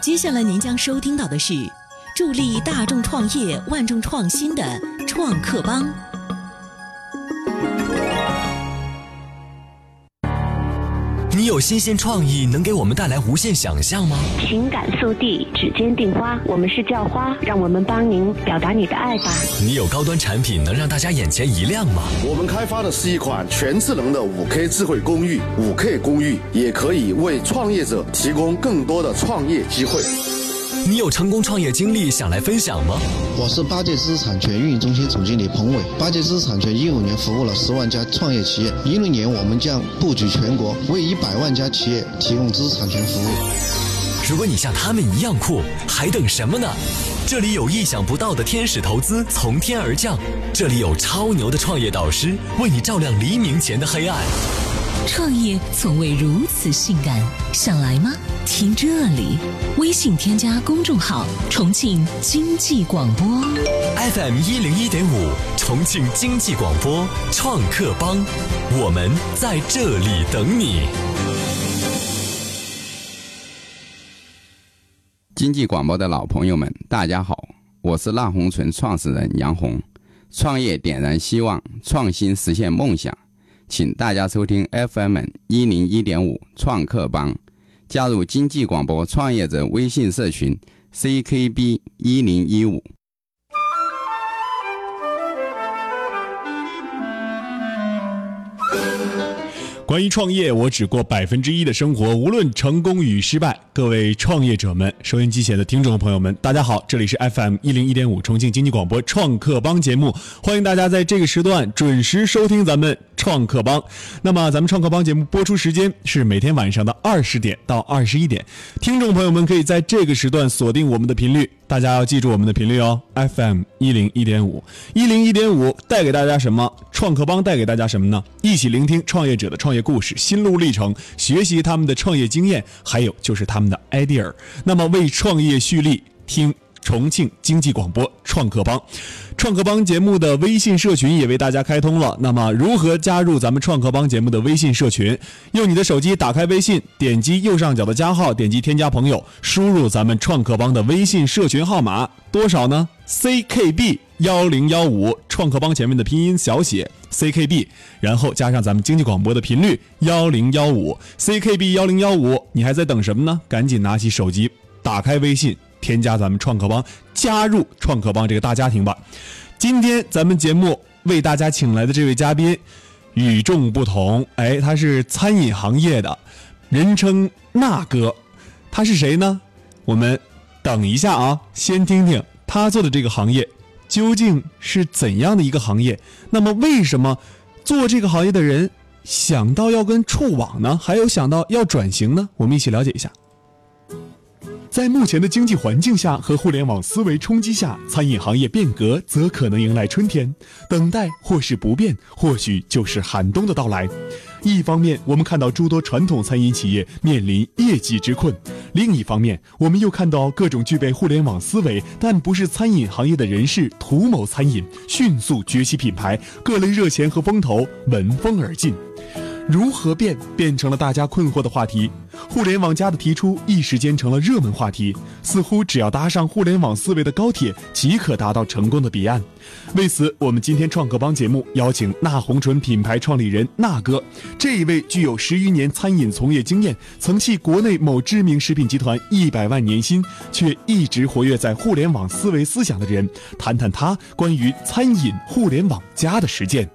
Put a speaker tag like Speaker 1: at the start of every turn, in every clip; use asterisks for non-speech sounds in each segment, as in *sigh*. Speaker 1: 接下来您将收听到的是助力大众创业、万众创新的《创客帮》。
Speaker 2: 你有新鲜创意，能给我们带来无限想象吗？
Speaker 3: 情感速递，指尖订花，我们是叫花，让我们帮您表达你的爱吧。
Speaker 2: 你有高端产品，能让大家眼前一亮吗？
Speaker 4: 我们开发的是一款全智能的五 K 智慧公寓，五 K 公寓也可以为创业者提供更多的创业机会。
Speaker 2: 你有成功创业经历想来分享吗？
Speaker 5: 我是八戒知识产权运营中心总经理彭伟。八戒知识产权一五年服务了十万家创业企业，一六年我们将布局全国，为一百万家企业提供知识产权服务。
Speaker 2: 如果你像他们一样酷，还等什么呢？这里有意想不到的天使投资从天而降，这里有超牛的创业导师为你照亮黎明前的黑暗。
Speaker 1: 创业从未如此性感，想来吗？听这里，微信添加公众号“重庆经济广播
Speaker 2: ”，FM 一零一点五，重庆经济广播创客帮，我们在这里等你。
Speaker 6: 经济广播的老朋友们，大家好，我是辣红唇创始人杨红，创业点燃希望，创新实现梦想。请大家收听 FM 一零一点五创客帮，加入经济广播创业者微信社群 CKB 一零一五。
Speaker 7: 关于创业，我只过百分之一的生活，无论成功与失败。各位创业者们，收音机前的听众朋友们，大家好，这里是 FM 一零一点五重庆经济广播创客帮节目，欢迎大家在这个时段准时收听咱们创客帮。那么，咱们创客帮节目播出时间是每天晚上的二十点到二十一点，听众朋友们可以在这个时段锁定我们的频率，大家要记住我们的频率哦，FM 一零一点五，一零一点五带给大家什么？创客帮带给大家什么呢？一起聆听创业者的创业。故事、心路历程，学习他们的创业经验，还有就是他们的 idea。那么为创业蓄力，听重庆经济广播创客帮。创客帮节目的微信社群也为大家开通了。那么如何加入咱们创客帮节目的微信社群？用你的手机打开微信，点击右上角的加号，点击添加朋友，输入咱们创客帮的微信社群号码多少呢？CKB 幺零幺五，创客帮前面的拼音小写。CKB，然后加上咱们经济广播的频率幺零幺五 CKB 幺零幺五，你还在等什么呢？赶紧拿起手机，打开微信，添加咱们创客帮，加入创客帮这个大家庭吧。今天咱们节目为大家请来的这位嘉宾与众不同，哎，他是餐饮行业的，人称那哥，他是谁呢？我们等一下啊，先听听他做的这个行业。究竟是怎样的一个行业？那么，为什么做这个行业的人想到要跟触网呢？还有想到要转型呢？我们一起了解一下。在目前的经济环境下和互联网思维冲击下，餐饮行业变革则可能迎来春天。等待或是不变，或许就是寒冬的到来。一方面，我们看到诸多传统餐饮企业面临业绩之困；另一方面，我们又看到各种具备互联网思维但不是餐饮行业的人士图谋餐饮，迅速崛起品牌，各类热钱和风投闻风而进。如何变变成了大家困惑的话题，互联网加的提出一时间成了热门话题。似乎只要搭上互联网思维的高铁，即可达到成功的彼岸。为此，我们今天创客帮节目邀请那红唇品牌创立人那哥，这一位具有十余年餐饮从业经验，曾系国内某知名食品集团一百万年薪，却一直活跃在互联网思维思想的人，谈谈他关于餐饮互联网加的实践。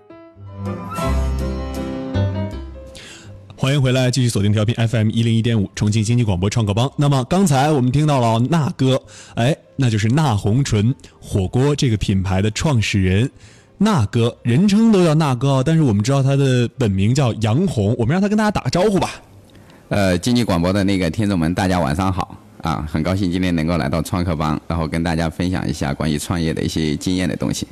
Speaker 7: 欢迎回来，继续锁定调频 FM 一零一点五，重庆经济广播创客帮。那么刚才我们听到了那哥，哎，那就是那红唇火锅这个品牌的创始人，那哥，人称都叫那哥，但是我们知道他的本名叫杨红，我们让他跟大家打个招呼吧。
Speaker 6: 呃，经济广播的那个听众们，大家晚上好啊！很高兴今天能够来到创客帮，然后跟大家分享一下关于创业的一些经验的东西。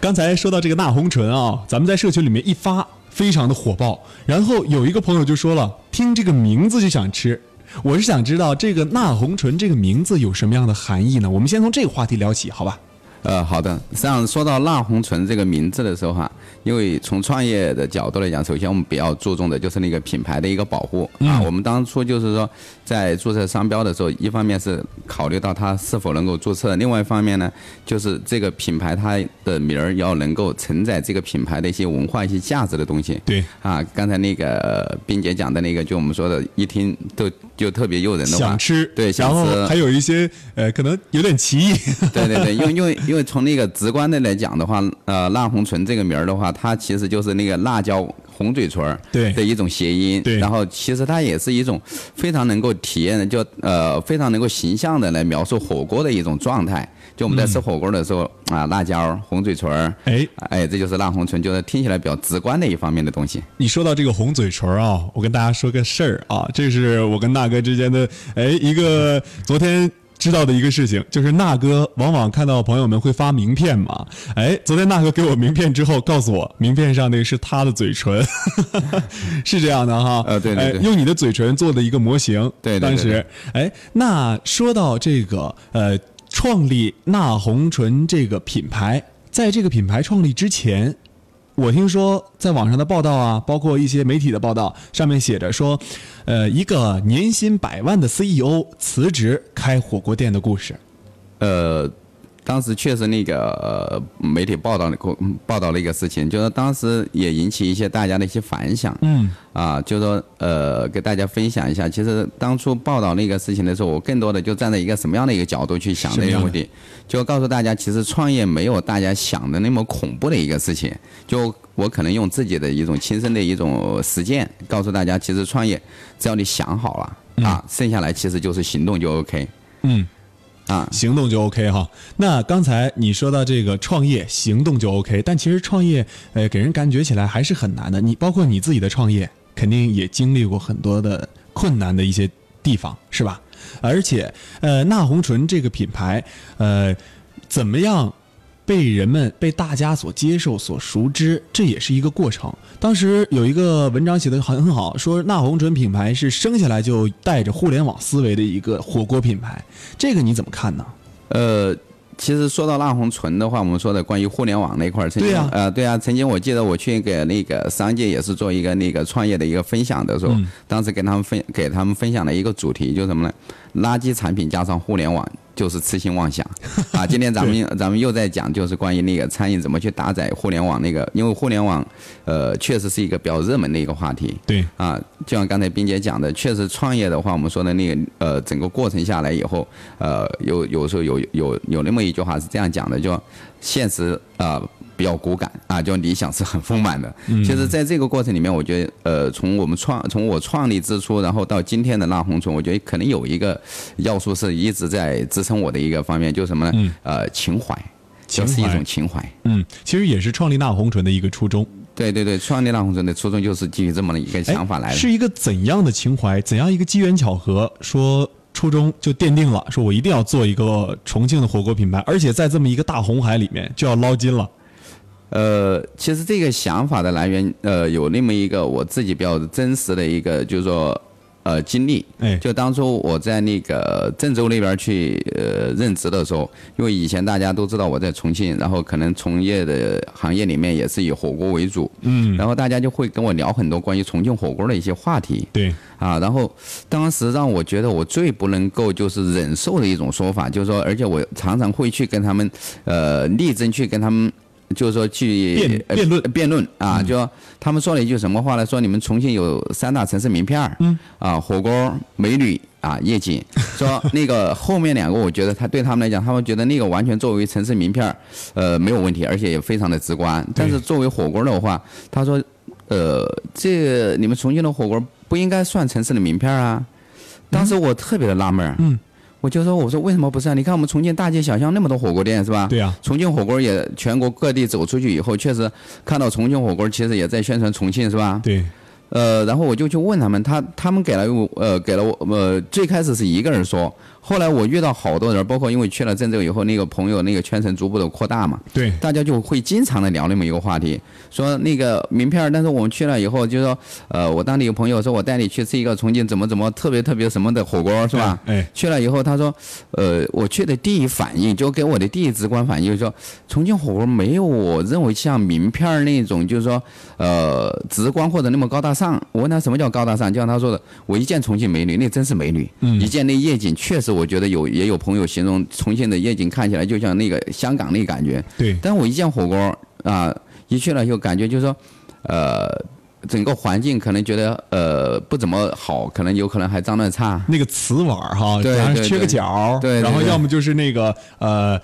Speaker 7: 刚才说到这个那红唇啊，咱们在社群里面一发。非常的火爆，然后有一个朋友就说了，听这个名字就想吃，我是想知道这个“那红唇”这个名字有什么样的含义呢？我们先从这个话题聊起，好吧？
Speaker 6: 呃，好的。实际上说到辣红唇这个名字的时候哈、因为从创业的角度来讲，首先我们比较注重的就是那个品牌的一个保护、
Speaker 7: 嗯
Speaker 6: 啊。我们当初就是说，在注册商标的时候，一方面是考虑到它是否能够注册，另外一方面呢，就是这个品牌它的名儿要能够承载这个品牌的一些文化、一些价值的东西。
Speaker 7: 对
Speaker 6: 啊，刚才那个呃冰姐讲的那个，就我们说的，一听都就特别诱人的话，
Speaker 7: 想吃，
Speaker 6: 对，想
Speaker 7: 然
Speaker 6: 吃，
Speaker 7: 后还有一些呃，可能有点歧义， *laughs*
Speaker 6: *laughs* 对对对，因为因为因为从那个直观的来讲的话，呃，辣红唇这个名儿的话，它其实就是那个辣椒红嘴唇儿
Speaker 7: 对
Speaker 6: 的一种谐音。
Speaker 7: 对
Speaker 6: 然后其实它也是一种非常能够体验的，就呃非常能够形象的来描述火锅的一种状态。就我们在吃火锅的时候啊，辣椒红嘴唇儿，
Speaker 7: 嗯哎
Speaker 6: 哎，这就是辣红唇，就是听起来比较直观的一方面的东西。
Speaker 7: 你说到这个红嘴唇儿啊，我跟大家说个事儿啊，这是我跟娜哥之间的哎一个昨天。知道的一个事情就是，娜哥往往看到朋友们会发名片嘛，哎，昨天娜哥给我名片之后，告诉我名片上那个是他的嘴唇， *laughs* 是这样的哈。
Speaker 6: 呃对对
Speaker 7: 哎
Speaker 6: 对
Speaker 7: 用你的嘴唇做的一个模型。
Speaker 6: 对对对
Speaker 7: 当时哎，那说到这个呃，创立纳红唇这个品牌，在这个品牌创立之前，我听说在网上的报道啊，包括一些媒体的报道，上面写着说，呃，一个年薪百万的 CEO 辞职开火锅店的故事。哎
Speaker 6: 呃，当时确实那个、呃、媒体报道了过报道了一个事情，就是当时也引起一些大家的一些反响。嗯。啊，就说呃，给大家分享一下，其实当初报道那个事情的时候，我更多的就站在一个什么样的一个角度去想
Speaker 7: 什么
Speaker 6: 这个
Speaker 7: 样的
Speaker 6: 问题，就告诉大家，其实创业没有大家想的那么恐怖的一个事情。就我可能用自己的一种亲身的一种实践，告诉大家，其实创业只要你想好了啊，剩下来其实就是行动就 OK
Speaker 7: 嗯，
Speaker 6: 啊。
Speaker 7: 行动就 OK 哈。那刚才你说到这个创业，行动就 OK，但其实创业，呃，给人感觉起来还是很难的。你包括你自己的创业，肯定也经历过很多的困难的一些地方，是吧？而且，呃，纳红唇这个品牌，呃，怎么样被人们、被大家所接受、所熟知，这也是一个过程。当时有一个文章写的很很好，说纳红唇品牌是生下来就带着互联网思维的一个火锅品牌，这个你怎么看呢？
Speaker 6: 呃，其实说到辣红唇的话，我们说的关于互联网那块儿，曾经
Speaker 7: 对呀
Speaker 6: 呃，对啊，曾经我记得我去给那个商界也是做一个那个创业的一个分享的时候，当时给他们分给他们分享了一个主题，就是什么呢？垃圾产品加上互联网。就是痴心妄想啊！今天咱们又咱们又在讲，就是关于那个餐饮怎么去搭载互联网那个，因为互联网，呃，确实是一个比较热门的一个话题。
Speaker 7: 对，
Speaker 6: 啊，就像刚才冰姐讲的，确实创业的话，我们说的那个呃，整个过程下来以后，呃，有有时候有有有那么一句话是这样讲的，就现实啊、呃比较骨感啊，就理想是很丰满的。
Speaker 7: 嗯
Speaker 6: 其实在这个过程里面，我觉得呃，从我们创从我创立之初，然后到今天的辣红唇，我觉得可能有一个要素是一直在支撑我的一个方面，就是什么呢？呃，情怀，
Speaker 7: 嗯情
Speaker 6: 就是一
Speaker 7: 怀
Speaker 6: 种情怀。
Speaker 7: 嗯，其实也是创立纳红唇的一个初衷。
Speaker 6: 对对对，创立辣红唇的初衷就是基于这么的一个
Speaker 7: 哎
Speaker 6: 想法来的。
Speaker 7: 是一个怎样的情怀，怎样一个机缘巧合，说初中就奠定了，说我一定要做一个重庆的火锅品牌，而且在这么一个大红海里面就要捞金了。
Speaker 6: 呃，其实这个想法的来源，呃，有那么一个我自己比较真实的一个，就是说，呃，经历。
Speaker 7: 哎
Speaker 6: 就当初我在那个郑州那边去呃任职的时候，因为以前大家都知道我在重庆，然后可能从业的行业里面也是以火锅为主，嗯，然后大家就会跟我聊很多关于重庆火锅的一些话题。
Speaker 7: 对，
Speaker 6: 啊，然后当时让我觉得我最不能够就是忍受的一种说法，就是说，而且我常常会去跟他们，呃，力争去跟他们，就是说去
Speaker 7: 辩
Speaker 6: 呃
Speaker 7: 辩论嗯
Speaker 6: 辩论啊，就说他们说了一句什么话呢？说你们重庆有三大城市名片儿，嗯，啊，火锅、美女啊，夜景。
Speaker 7: *laughs*
Speaker 6: 说那个后面两个，我觉得他对他们来讲，他们觉得那个完全作为城市名片儿，呃，没有问题，而且也非常的直观。但是作为火锅的话，他说，呃，这个你们重庆的火锅不应该算城市的名片儿啊。当时我特别的纳闷儿，嗯，我就说，我说为什么不是啊？你看我们重庆大街小巷那么多火锅店是吧？
Speaker 7: 对啊
Speaker 6: 重庆火锅也全国各地走出去以后，确实看到重庆火锅，其实也在宣传重庆是吧？
Speaker 7: 对，
Speaker 6: 呃，然后我就去问他们，他他们给了我呃给了我呃最开始是一个人说，后来我遇到好多人，包括因为去了郑州以后，那个朋友那个圈层逐步的扩大嘛，
Speaker 7: 对
Speaker 6: 大家就会经常的聊那么一个话题，说那个名片儿，但是我们去了以后，就说，呃，我当地有朋友说，我带你去吃一个重庆怎么怎么特别特别什么的火锅，是吧？
Speaker 7: 哎哎
Speaker 6: 去了以后，他说，呃，我去的第一反应就给我的第一直观反应就是说，重庆火锅没有我认为像名片儿那种，就是说，呃，直观或者那么高大上。我问他什么叫高大上，就像他说的，我一见重庆美女，那真是美女。嗯，一见那夜景，确实我觉得有也有朋友形容重庆的夜景看起来就像那个香港那感觉。
Speaker 7: 对，
Speaker 6: 但我一见火锅儿啊、一去了以后感觉就是说，呃，整个环境可能觉得呃不怎么好，可能有可能还脏乱差。
Speaker 7: 那个瓷碗儿哈，
Speaker 6: 对
Speaker 7: 然后
Speaker 6: 对
Speaker 7: 缺个
Speaker 6: 对
Speaker 7: 角儿，
Speaker 6: 对对
Speaker 7: 然后
Speaker 6: 对
Speaker 7: 要么就是那个呃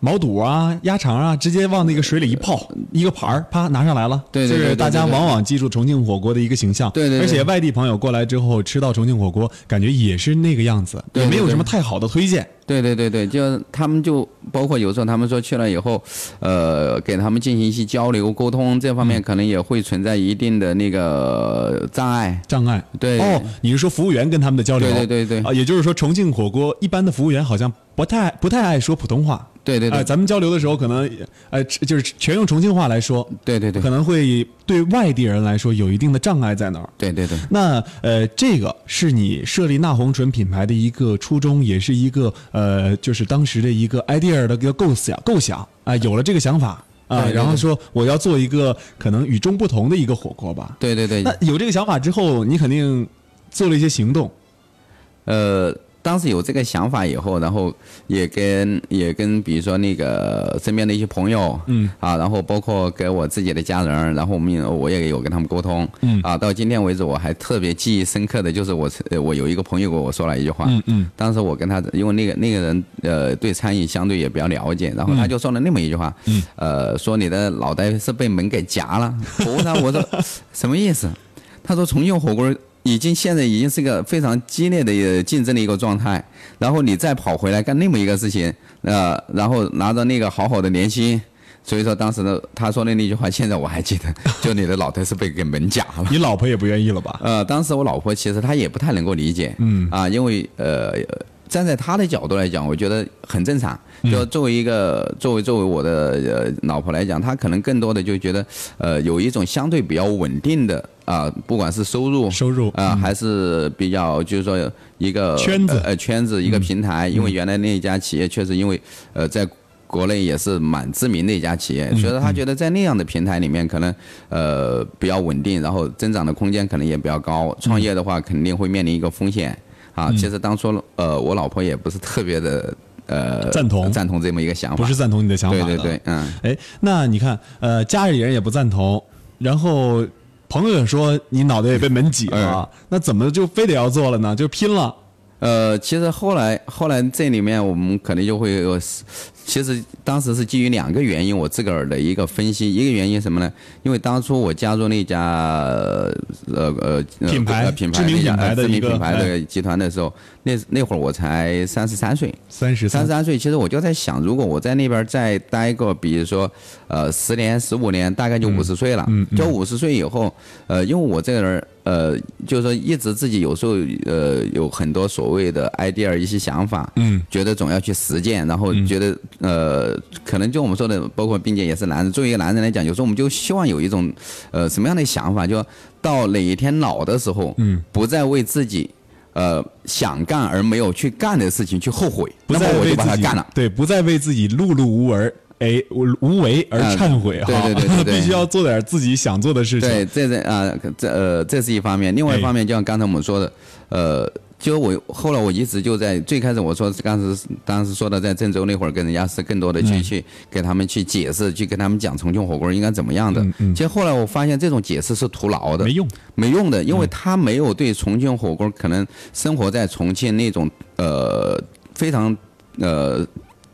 Speaker 7: 毛肚啊、鸭肠啊，直接往那个水里一泡，一个盘儿，啪拿上来了。
Speaker 6: 呃对对
Speaker 7: 这
Speaker 6: 对
Speaker 7: 是
Speaker 6: 对
Speaker 7: 大
Speaker 6: 对
Speaker 7: 家
Speaker 6: 对
Speaker 7: 往往记住重庆火锅的一个形象。
Speaker 6: 对对对
Speaker 7: 而且外地朋友过来之后吃到重庆火锅，感觉也是那个样子，
Speaker 6: 对
Speaker 7: 也没有
Speaker 6: 对对
Speaker 7: 什么太好的推荐。
Speaker 6: 对对对对，就他们就包括有时候他们说去了以后，呃，给他们进行一些交流沟通，这方面可能也会存在一定的那个障碍。
Speaker 7: 障碍
Speaker 6: 对
Speaker 7: 哦，你是说服务员跟他们的交流？
Speaker 6: 对对对对
Speaker 7: 啊，也就是说，重庆火锅一般的服务员好像不太不太爱说普通话。
Speaker 6: 对对
Speaker 7: 哎、
Speaker 6: 对
Speaker 7: 咱们交流的时候可能，呃，就是全用重庆话来说，
Speaker 6: 对对对
Speaker 7: 可能会对外地人来说有一定的障碍在那儿。
Speaker 6: 对对对。
Speaker 7: 那呃，这个是你设立纳红醇品牌的一个初衷，也是一个呃，就是当时的一个 idea 的一个构想构想啊、有了这个想法啊、
Speaker 6: 对对对
Speaker 7: 然后说我要做一个可能与众不同的一个火锅吧。
Speaker 6: 对对对，
Speaker 7: 那有这个想法之后，你肯定做了一些行动。
Speaker 6: 呃，当时有这个想法以后，然后也跟也跟比如说那个身边的一些朋友，
Speaker 7: 嗯
Speaker 6: 啊，然后包括给我自己的家人，然后我们也我也有跟他们沟通，
Speaker 7: 嗯
Speaker 6: 啊，到今天为止我还特别记忆深刻的就是我呃我有一个朋友跟我说了一句话，
Speaker 7: 嗯嗯，
Speaker 6: 当时我跟他，因为那个那个人呃对餐饮相对也比较了解，然后他就说了那么一句话，嗯，呃，说你的脑袋是被门给夹了。我问他，我说什么意思？他说重庆火锅已经现在已经是个非常激烈的呃竞争的一个状态，然后你再跑回来干那么一个事情，呃，然后拿着那个好好的年薪。所以说当时的他说的那句话，现在我还记得，就你的脑袋是被给门夹了。
Speaker 7: 你老婆也不愿意了吧？
Speaker 6: 呃，当时我 *laughs* 老婆其实她也不太能够理解，嗯啊，因为呃，站在她的角度来讲，我觉得很正常。
Speaker 7: 嗯
Speaker 6: 就作为一个作为作为我的呃老婆来讲，她可能更多的就觉得，呃，有一种相对比较稳定的啊、不管是收入
Speaker 7: 收入嗯
Speaker 6: 啊、还是比较就是说一个
Speaker 7: 圈子
Speaker 6: 呃呃圈子一
Speaker 7: 嗯
Speaker 6: 个平台，因为原来那一家企业确实因为呃在。国内也是蛮知名的一家企业，
Speaker 7: 嗯
Speaker 6: 所以说他觉得在那样的平台里面，可能呃比较稳定，然后增长的空间可能也比较高。
Speaker 7: 嗯
Speaker 6: 创业的话，肯定会面临一个风险啊。其实当初呃我老婆也不是特别的呃
Speaker 7: 赞同
Speaker 6: 赞同这么一个想法，
Speaker 7: 不是赞同你的想法
Speaker 6: 对
Speaker 7: 的。
Speaker 6: 对对，嗯，
Speaker 7: 哎，那你看，呃，家里人也不赞同，然后朋友也说你脑袋也被门挤了，
Speaker 6: 哎
Speaker 7: 那怎么就非得要做了呢？就拼了。
Speaker 6: 呃，其实后来后来这里面我们可能就会有，其实当时是基于两个原因，我自个儿的一个分析，一个原因什么呢？因为当初我加入那家呃呃呃
Speaker 7: 品牌
Speaker 6: 呃品牌
Speaker 7: 知名
Speaker 6: 那家
Speaker 7: 品牌的
Speaker 6: 呃知名
Speaker 7: 一个
Speaker 6: 品牌
Speaker 7: 哎
Speaker 6: 的集团的时候，那那会儿我才三十三岁，
Speaker 7: 三十
Speaker 6: 三十，三岁，其实我就在想，如果我在那边再待个，比如说，呃，十年、十五年，大概就五十岁了。
Speaker 7: 嗯嗯
Speaker 6: 就五十岁以后，呃，因为我这个人，呃，就是说一直自己有时候，呃，有很多所谓的 idea 一些想法，
Speaker 7: 嗯，
Speaker 6: 觉得总要去实践，然后觉得、呃，可能就我们说的，包括并且也是男人，作为一个男人来讲，有时候我们就希望有一种呃什么样的想法，就到哪一天老的时候，
Speaker 7: 嗯，
Speaker 6: 不再为自己。呃，想干而没有去干的事情去后悔，
Speaker 7: 不
Speaker 6: 那么
Speaker 7: 再
Speaker 6: 我
Speaker 7: 为
Speaker 6: 就把
Speaker 7: 自
Speaker 6: 它
Speaker 7: 己
Speaker 6: 干了。
Speaker 7: 对，不再为自己碌碌无为。哎，无无为而
Speaker 6: 嗯
Speaker 7: 忏悔
Speaker 6: 对
Speaker 7: 哈，
Speaker 6: 对对
Speaker 7: *laughs*
Speaker 6: 对对
Speaker 7: 必须要做点自己想做的事情。
Speaker 6: 对，这是啊，这呃，这是一方面。另外一
Speaker 7: 哎
Speaker 6: 方面，就像刚才我们说的，呃，就我后来我一直就在最开始我说刚时当时说的，在郑州那会儿跟人家是更多的
Speaker 7: 嗯
Speaker 6: 去、去给他们去解释，去跟他们讲重庆火锅应该怎么样的。
Speaker 7: 嗯嗯
Speaker 6: 其实后来我发现这种解释是徒劳的，
Speaker 7: 没用。嗯
Speaker 6: 没用的，因为他没有对重庆火锅可能生活在重庆那种呃非常呃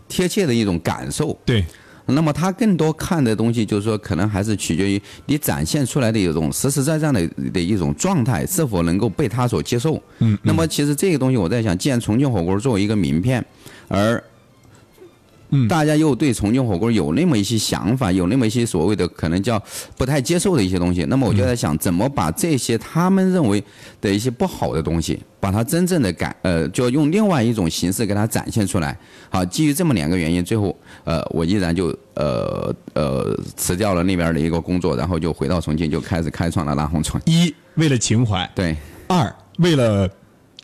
Speaker 6: 贴切的一种感受。
Speaker 7: 对，
Speaker 6: 那么他更多看的东西，就是说，可能还是取决于你展现出来的一种实实在在的的一种状态，是否能够被他所接受。嗯。那么其实这个东西，我在想，既然重庆火锅作为一个名片，而
Speaker 7: 嗯
Speaker 6: 大家又对重庆火锅有那么一些想法，有那么一些所谓的可能叫不太接受的一些东西。那么我就在想，怎么把这些他们认为的一些不好的东西，把它真正的改，呃，就用另外一种形式给它展现出来。好，基于这么两个原因，最后呃，我依然就呃呃辞掉了那边的一个工作，然后就回到重庆，就开始开创了拉红村。
Speaker 7: 一为了情怀，
Speaker 6: 对。
Speaker 7: 二为了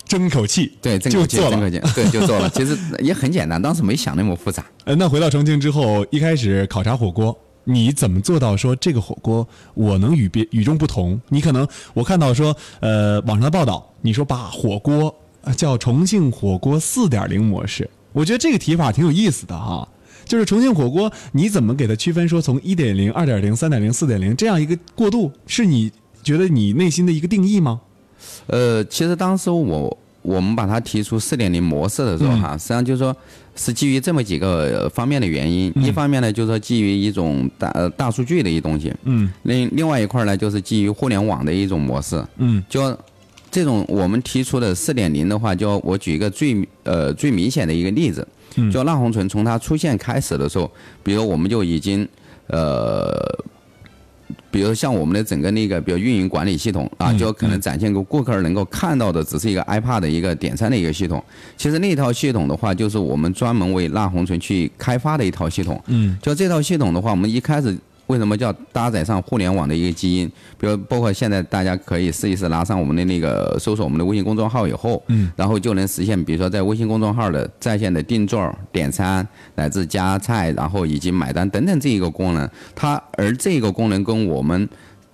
Speaker 7: 争口气，
Speaker 6: 对，这个
Speaker 7: 就
Speaker 6: 节
Speaker 7: 做
Speaker 6: 这
Speaker 7: 了
Speaker 6: 个。节对，就做了。其实也很简单，当时没想那么复杂。
Speaker 7: 呃，那回到重庆之后，一开始考察火锅，你怎么做到说这个火锅我能与别与众不同？你可能我看到说，呃，网上的报道，你说把火锅呃叫重庆火锅四点零模式，我觉得这个提法挺有意思的哈。就是重庆火锅，你怎么给它区分？说从一点零、二点零、三点零、四点零这样一个过渡，是你觉得你内心的一个定义吗？
Speaker 6: 呃，其实当时我我们把它提出四点零模式的时候哈，实际上就是说是基于这么几个呃方面的原因。一方面呢，就是说基于一种大呃大数据的一东西，
Speaker 7: 嗯
Speaker 6: 另另外一块呢，就是基于互联网的一种模式。
Speaker 7: 嗯
Speaker 6: 就这种我们提出的四点零的话，就我举一个最呃最明显的一个例子，就辣红唇从它出现开始的时候，比如我们就已经呃。比如像我们的整个那个，比如运营管理系统啊，就可能展现给顾客能够看到的，只是一个 iPad 的一个点餐的一个系统。其实那套系统的话，就是我们专门为辣红唇去开发的一套系统。
Speaker 7: 嗯
Speaker 6: 就这套系统的话，我们一开始为什么叫搭载上互联网的一个基因？比如包括现在大家可以试一试拉上我们的那个搜索我们的微信公众号以后，
Speaker 7: 嗯，
Speaker 6: 然后就能实现，比如说在微信公众号的在线的订座、点餐乃至加菜，然后以及买单等等这一个功能。它而这个功能跟我们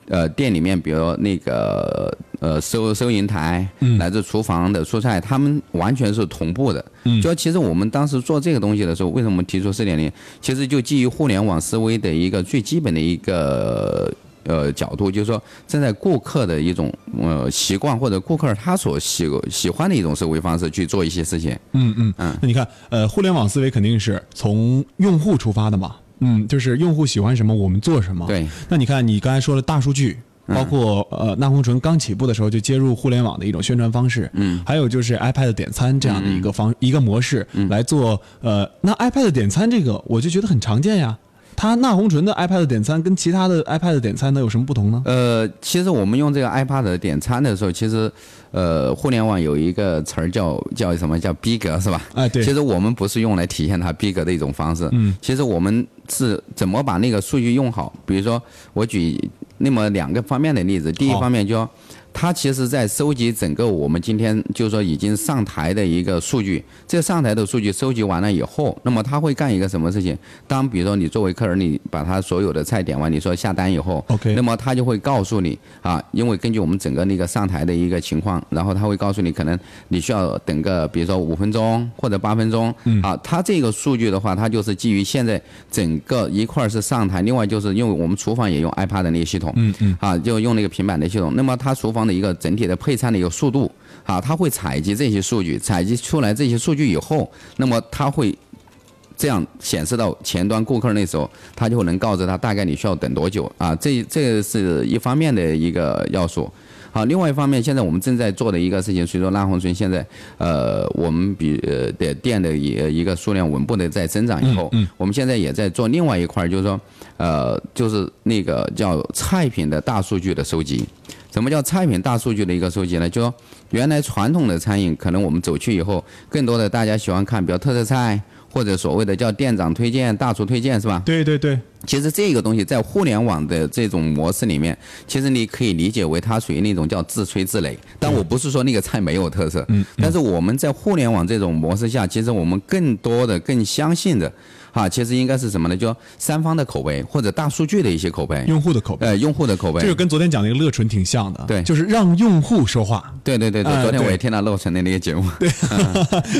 Speaker 6: 呃店里面，比如那个呃收收银台，
Speaker 7: 嗯
Speaker 6: 乃至厨房的蔬菜，它们完全是同步的。
Speaker 7: 嗯
Speaker 6: 就其实我们当时做这个东西的时候，为什么提出四点零？其实就基于互联网思维的一个最基本的一个。呃，角度就是说，站在顾客的一种呃习惯或者顾客他所喜喜欢的一种思维方式去做一些事情。
Speaker 7: 嗯嗯
Speaker 6: 嗯
Speaker 7: 那你看，呃，互联网思维肯定是从用户出发的嘛，嗯，就是用户喜欢什么，我们做什么。
Speaker 6: 对，
Speaker 7: 那你看，你刚才说了大数据。包括呃，纳红纯刚起步的时候就接入互联网的一种宣传方式，嗯，还有就是 iPad 点餐这样的一个方、一个模式来做，呃，那 iPad 点餐这个我就觉得很常见呀。它纳红纯的 iPad 点餐跟其他的 iPad 点餐能有什么不同呢？
Speaker 6: 呃，其实我们用这个 iPad 点餐的时候，其实，呃，互联网有一个词儿叫叫什么叫逼格是吧？
Speaker 7: 哎对
Speaker 6: 其实我们不是用来体现它逼格的一种方式。
Speaker 7: 嗯。
Speaker 6: 其实我们是怎么把那个数据用好？比如说，我举那么两个方面的例子。第一
Speaker 7: 好
Speaker 6: 方面就说它其实在收集整个我们今天就是说已经上台的一个数据，这上台的数据收集完了以后，那么它会干一个什么事情？当比如说你作为客人，你把他所有的菜点完，你说下单以后
Speaker 7: OK
Speaker 6: 那么他就会告诉你啊，因为根据我们整个那个上台的一个情况，然后他会告诉你，可能你需要等个比如说五分钟或者八分钟，
Speaker 7: 嗯
Speaker 6: 啊，它这个数据的话，它就是基于现在整个一块儿是上台，另外就是因为我们厨房也用 iPad 的那个系统，
Speaker 7: 嗯嗯，
Speaker 6: 啊，就用那个平板的系统，那么它厨房的一个整体的配餐的一个速度。啊，它会采集这些数据，采集出来这些数据以后，那么它会这样显示到前端顾客那时候，他就能告知他大概你需要等多久啊。这这是一方面的一个要素。好，另外一方面，现在我们正在做的一个事情，随着拉红村现在，呃，我们比呃的店的一一个数量稳步的在增长以后，
Speaker 7: 嗯嗯
Speaker 6: 我们现在也在做另外一块儿，就是说，呃，就是那个叫菜品的大数据的收集。什么叫菜品大数据的一个收集呢？就说原来传统的餐饮，可能我们走去以后，更多的大家喜欢看，比如特色菜，或者所谓的叫店长推荐、大厨推荐，是吧？
Speaker 7: 对对对，
Speaker 6: 其实这个东西在互联网的这种模式里面，其实你可以理解为它属于那种叫自吹自擂。但我不是说那个菜没有特色，嗯，但是我们在互联网这种模式下，其实我们更多的、更相信的，啊，其实应该是什么呢？就三方的口碑或者大数据的一些口碑，
Speaker 7: 用户的口碑，
Speaker 6: 呃，用户的口碑
Speaker 7: 这。就跟昨天讲那个乐纯挺像的，
Speaker 6: 对
Speaker 7: 就是让用户说话，
Speaker 6: 对对对对，
Speaker 7: 哎
Speaker 6: 昨天我
Speaker 7: 对
Speaker 6: 也听到洛晨的那个节目。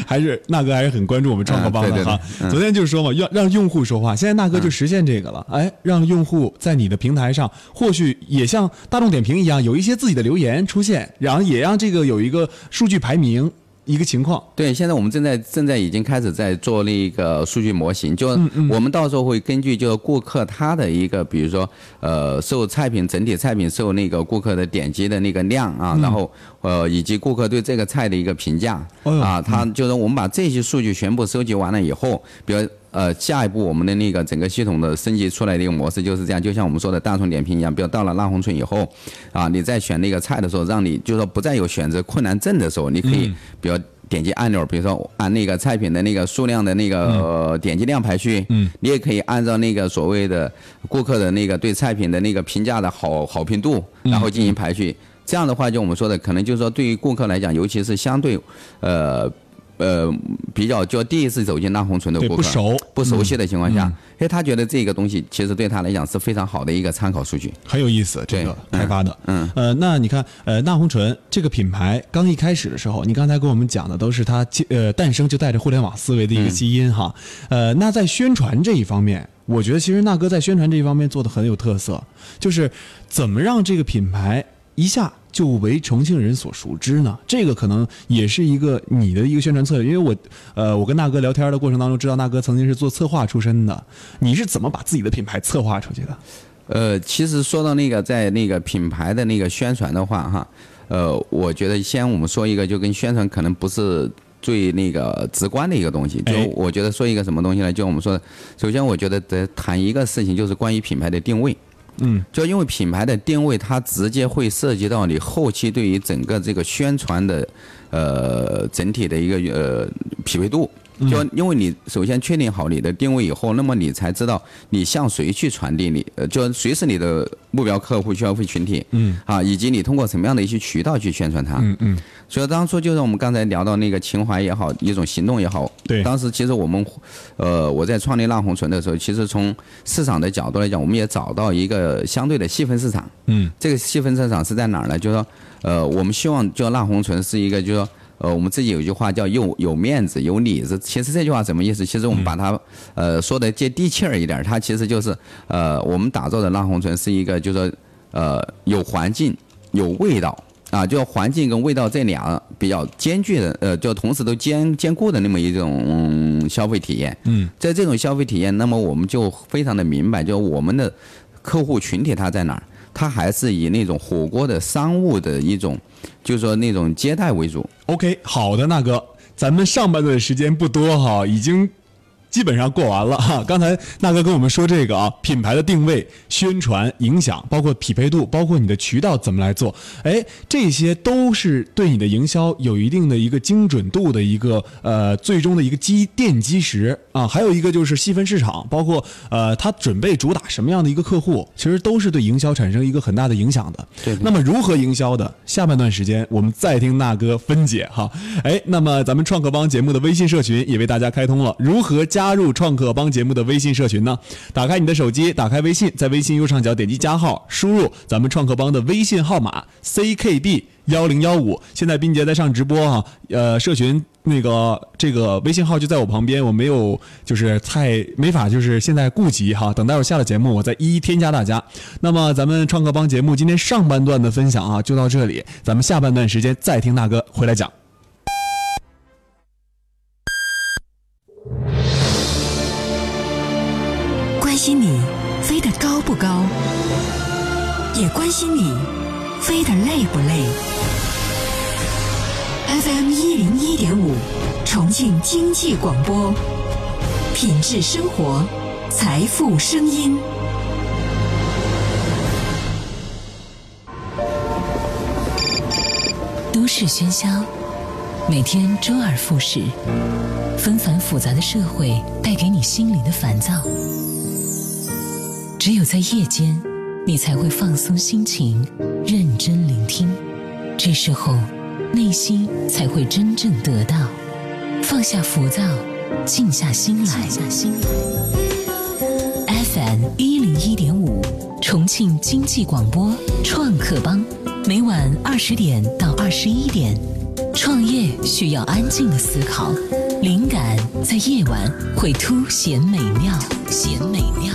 Speaker 7: 还是 *laughs* 那哥还是很关注我们创客帮
Speaker 6: 嗯
Speaker 7: 的
Speaker 6: 对对
Speaker 7: 哈。昨天就是说嘛，要让用户说话，现在那哥就实现这个了。哎，让用户在你的平台上，或许也像大众点评一样，有一些自己的留言出现，然后也让这个有一个数据排名一个情况。
Speaker 6: 对，现在我们正在正在已经开始在做那个数据模型，就我们到时候会根据就是顾客他的一个，比如说呃受菜品整体菜品受那个顾客的点击的那个量啊，然后呃以及顾客对这个菜的一个评价
Speaker 7: 哎呦
Speaker 6: 啊，他就是我们把这些数据全部收集完了以后，比如呃，下一步我们的那个整个系统的升级出来的一个模式就是这样，就像我们说的大众点评一样，比如到了辣红村以后，啊，你在选那个菜的时候，让你就是说不再有选择困难症的时候，你可以比如点击按钮，比如说按那个菜品的那个数量的那个、呃点击量排序，嗯，你也可以按照那个所谓的顾客的那个对菜品的那个评价的好好评度，然后进行排序。这样的话，就我们说的，可能就是说对于顾客来讲，尤其是相对，呃。呃，比较就第一次走进大红村的
Speaker 7: 对
Speaker 6: 顾客，
Speaker 7: 不熟嗯
Speaker 6: 不熟悉的情况下，哎，他觉得这个东西其实对他来讲是非常好的一个参考数据。
Speaker 7: 很有意思，这个
Speaker 6: 对
Speaker 7: 开发的，
Speaker 6: 嗯
Speaker 7: 呃，那你看，呃，纳红醇这个品牌刚一开始的时候，你刚才跟我们讲的都是它基呃诞生就带着互联网思维的一个基因哈，呃，那在宣传这一方面，我觉得其实纳哥在宣传这一方面做的很有特色，就是怎么让这个品牌一下。就为重庆人所熟知呢，这个可能也是一个你的一个宣传策略，因为我，呃，我跟纳哥聊天的过程当中知道，纳哥曾经是做策划出身的，你是怎么把自己的品牌策划出去的？
Speaker 6: 呃，其实说到那个在那个品牌的那个宣传的话，哈，呃，我觉得先我们说一个，就跟宣传可能不是最那个直观的一个东西。就
Speaker 7: 哎
Speaker 6: 我觉得说一个什么东西呢？就我们说的，首先我觉得得谈一个事情，就是关于品牌的定位。
Speaker 7: 嗯，
Speaker 6: 就因为品牌的定位，它直接会涉及到你后期对于整个这个宣传的，呃，整体的一个呃匹配度。
Speaker 7: 嗯
Speaker 6: 就因为你首先确定好你的定位以后，那么你才知道你向谁去传递你，呃，就谁是你的目标客户、消费群体，嗯，啊，以及你通过什么样的一些渠道去宣传它，
Speaker 7: 嗯嗯，
Speaker 6: 所以当初就是我们刚才聊到那个情怀也好，一种行动也好，
Speaker 7: 对
Speaker 6: 当时其实我们，呃，我在创立浪红唇的时候，其实从市场的角度来讲，我们也找到一个相对的细分市场。
Speaker 7: 嗯，
Speaker 6: 这个细分市场是在哪儿呢？就是说，呃，我们希望就浪红唇是一个，就是说。呃，我们自己有一句话叫“有有面子，有里子”。其实这句话什么意思？其实我们把它，呃，说的接地气儿一点儿，它其实就是，呃，我们打造的浪红唇是一个，就是说，呃，有环境，有味道啊，就环境跟味道这俩比较兼具的，呃，就同时都兼兼顾的那么一种、嗯消费体验。嗯，在这种消费体验，那么我们就非常的明白，就我们的客户群体他在哪儿，他还是以那种火锅的商务的一种，就是说那种接待为主。
Speaker 7: OK，好的，那哥，咱们上半段的时间不多哈，已经基本上过完了哈。 *laughs* 刚才那哥跟我们说这个啊，品牌的定位、宣传、影响，包括匹配度，包括你的渠道怎么来做，哎，这些都是对你的营销有一定的一个精准度的一个呃最终的一个基奠基石啊。还有一个就是细分市场，包括呃他准备主打什么样的一个客户，其实都是对营销产生一个很大的影响的。
Speaker 6: 对对
Speaker 7: 那么如何营销的？下半段时间我们再听那哥分解哈。哎，那么咱们创客帮节目的微信社群也为大家开通了，如何加入创客帮节目的微信社群呢？打开你的手机，打开微信，在微信右上角点击加号，输入咱们创客帮的微信号码 ckb 幺零幺五。现在斌杰在上直播啊，呃，社群。那个这个微信号就在我旁边，我没有就是太没法就是现在顾及哈，等待会儿下了节目我再一一添加大家。那么咱们创客帮节目今天上半段的分享啊就到这里，咱们下半段时间再听大哥回来讲。
Speaker 1: 关心你飞得高不高，也关心你飞得累不累。FM 一零一点五，重庆经济广播，品质生活，财富声音。都市喧嚣，每天周而复始，纷繁复杂的社会带给你心灵的烦躁。只有在夜间，你才会放松心情，认真聆听。这时候，内心才会真正得到，放下浮躁，静下心来。FM 一零一点五，重庆经济广播创客帮，每晚二十点到二十一点。创业需要安静的思考，灵感在夜晚会凸显美妙，显美妙。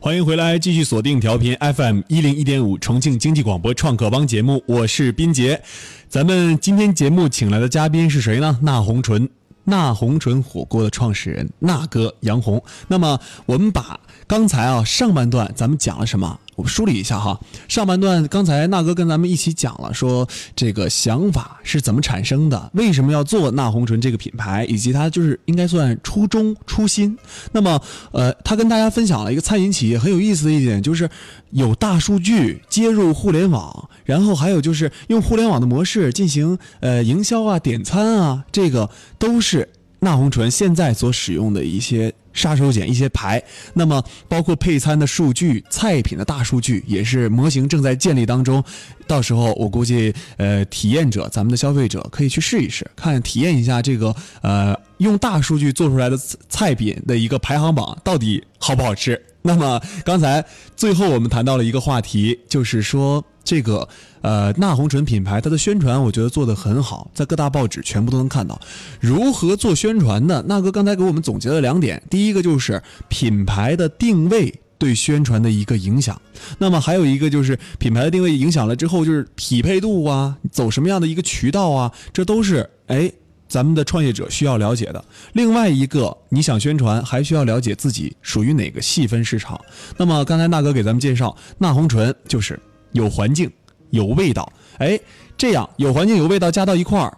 Speaker 7: 欢迎回来，继续锁定调频 FM 一零一点五重庆经济广播创客帮节目，我是斌杰。咱们今天节目请来的嘉宾是谁呢？那红纯，那红纯火锅的创始人那哥杨红。那么我们把刚才啊上半段咱们讲了什么？我梳理一下哈。上半段刚才那哥跟咱们一起讲了，说这个想法是怎么产生的，为什么要做那红唇这个品牌，以及它就是应该算初衷初心。那么，呃，他跟大家分享了一个餐饮企业很有意思的一点，就是有大数据接入互联网，然后还有就是用互联网的模式进行呃营销啊、点餐啊，这个都是纳红醇现在所使用的一些杀手锏、一些牌。那么，包括配餐的数据、菜品的大数据，也是模型正在建立当中。到时候我估计，呃，体验者、咱们的消费者可以去试一试，看体验一下这个呃，用大数据做出来的菜菜品的一个排行榜到底好不好吃。那么刚才最后我们谈到了一个话题，就是说这个呃纳红醇品牌它的宣传，我觉得做得很好，在各大报纸全部都能看到。如何做宣传呢？那哥刚才给我们总结了两点，第一个就是品牌的定位对宣传的一个影响，那么还有一个就是品牌的定位影响了之后，就是匹配度啊，走什么样的一个渠道啊，这都是哎咱们的创业者需要了解的。另外一个，你想宣传，还需要了解自己属于哪个细分市场。那么刚才大哥给咱们介绍，纳红醇就是有环境、有味道，哎，这样有环境、有味道加到一块儿，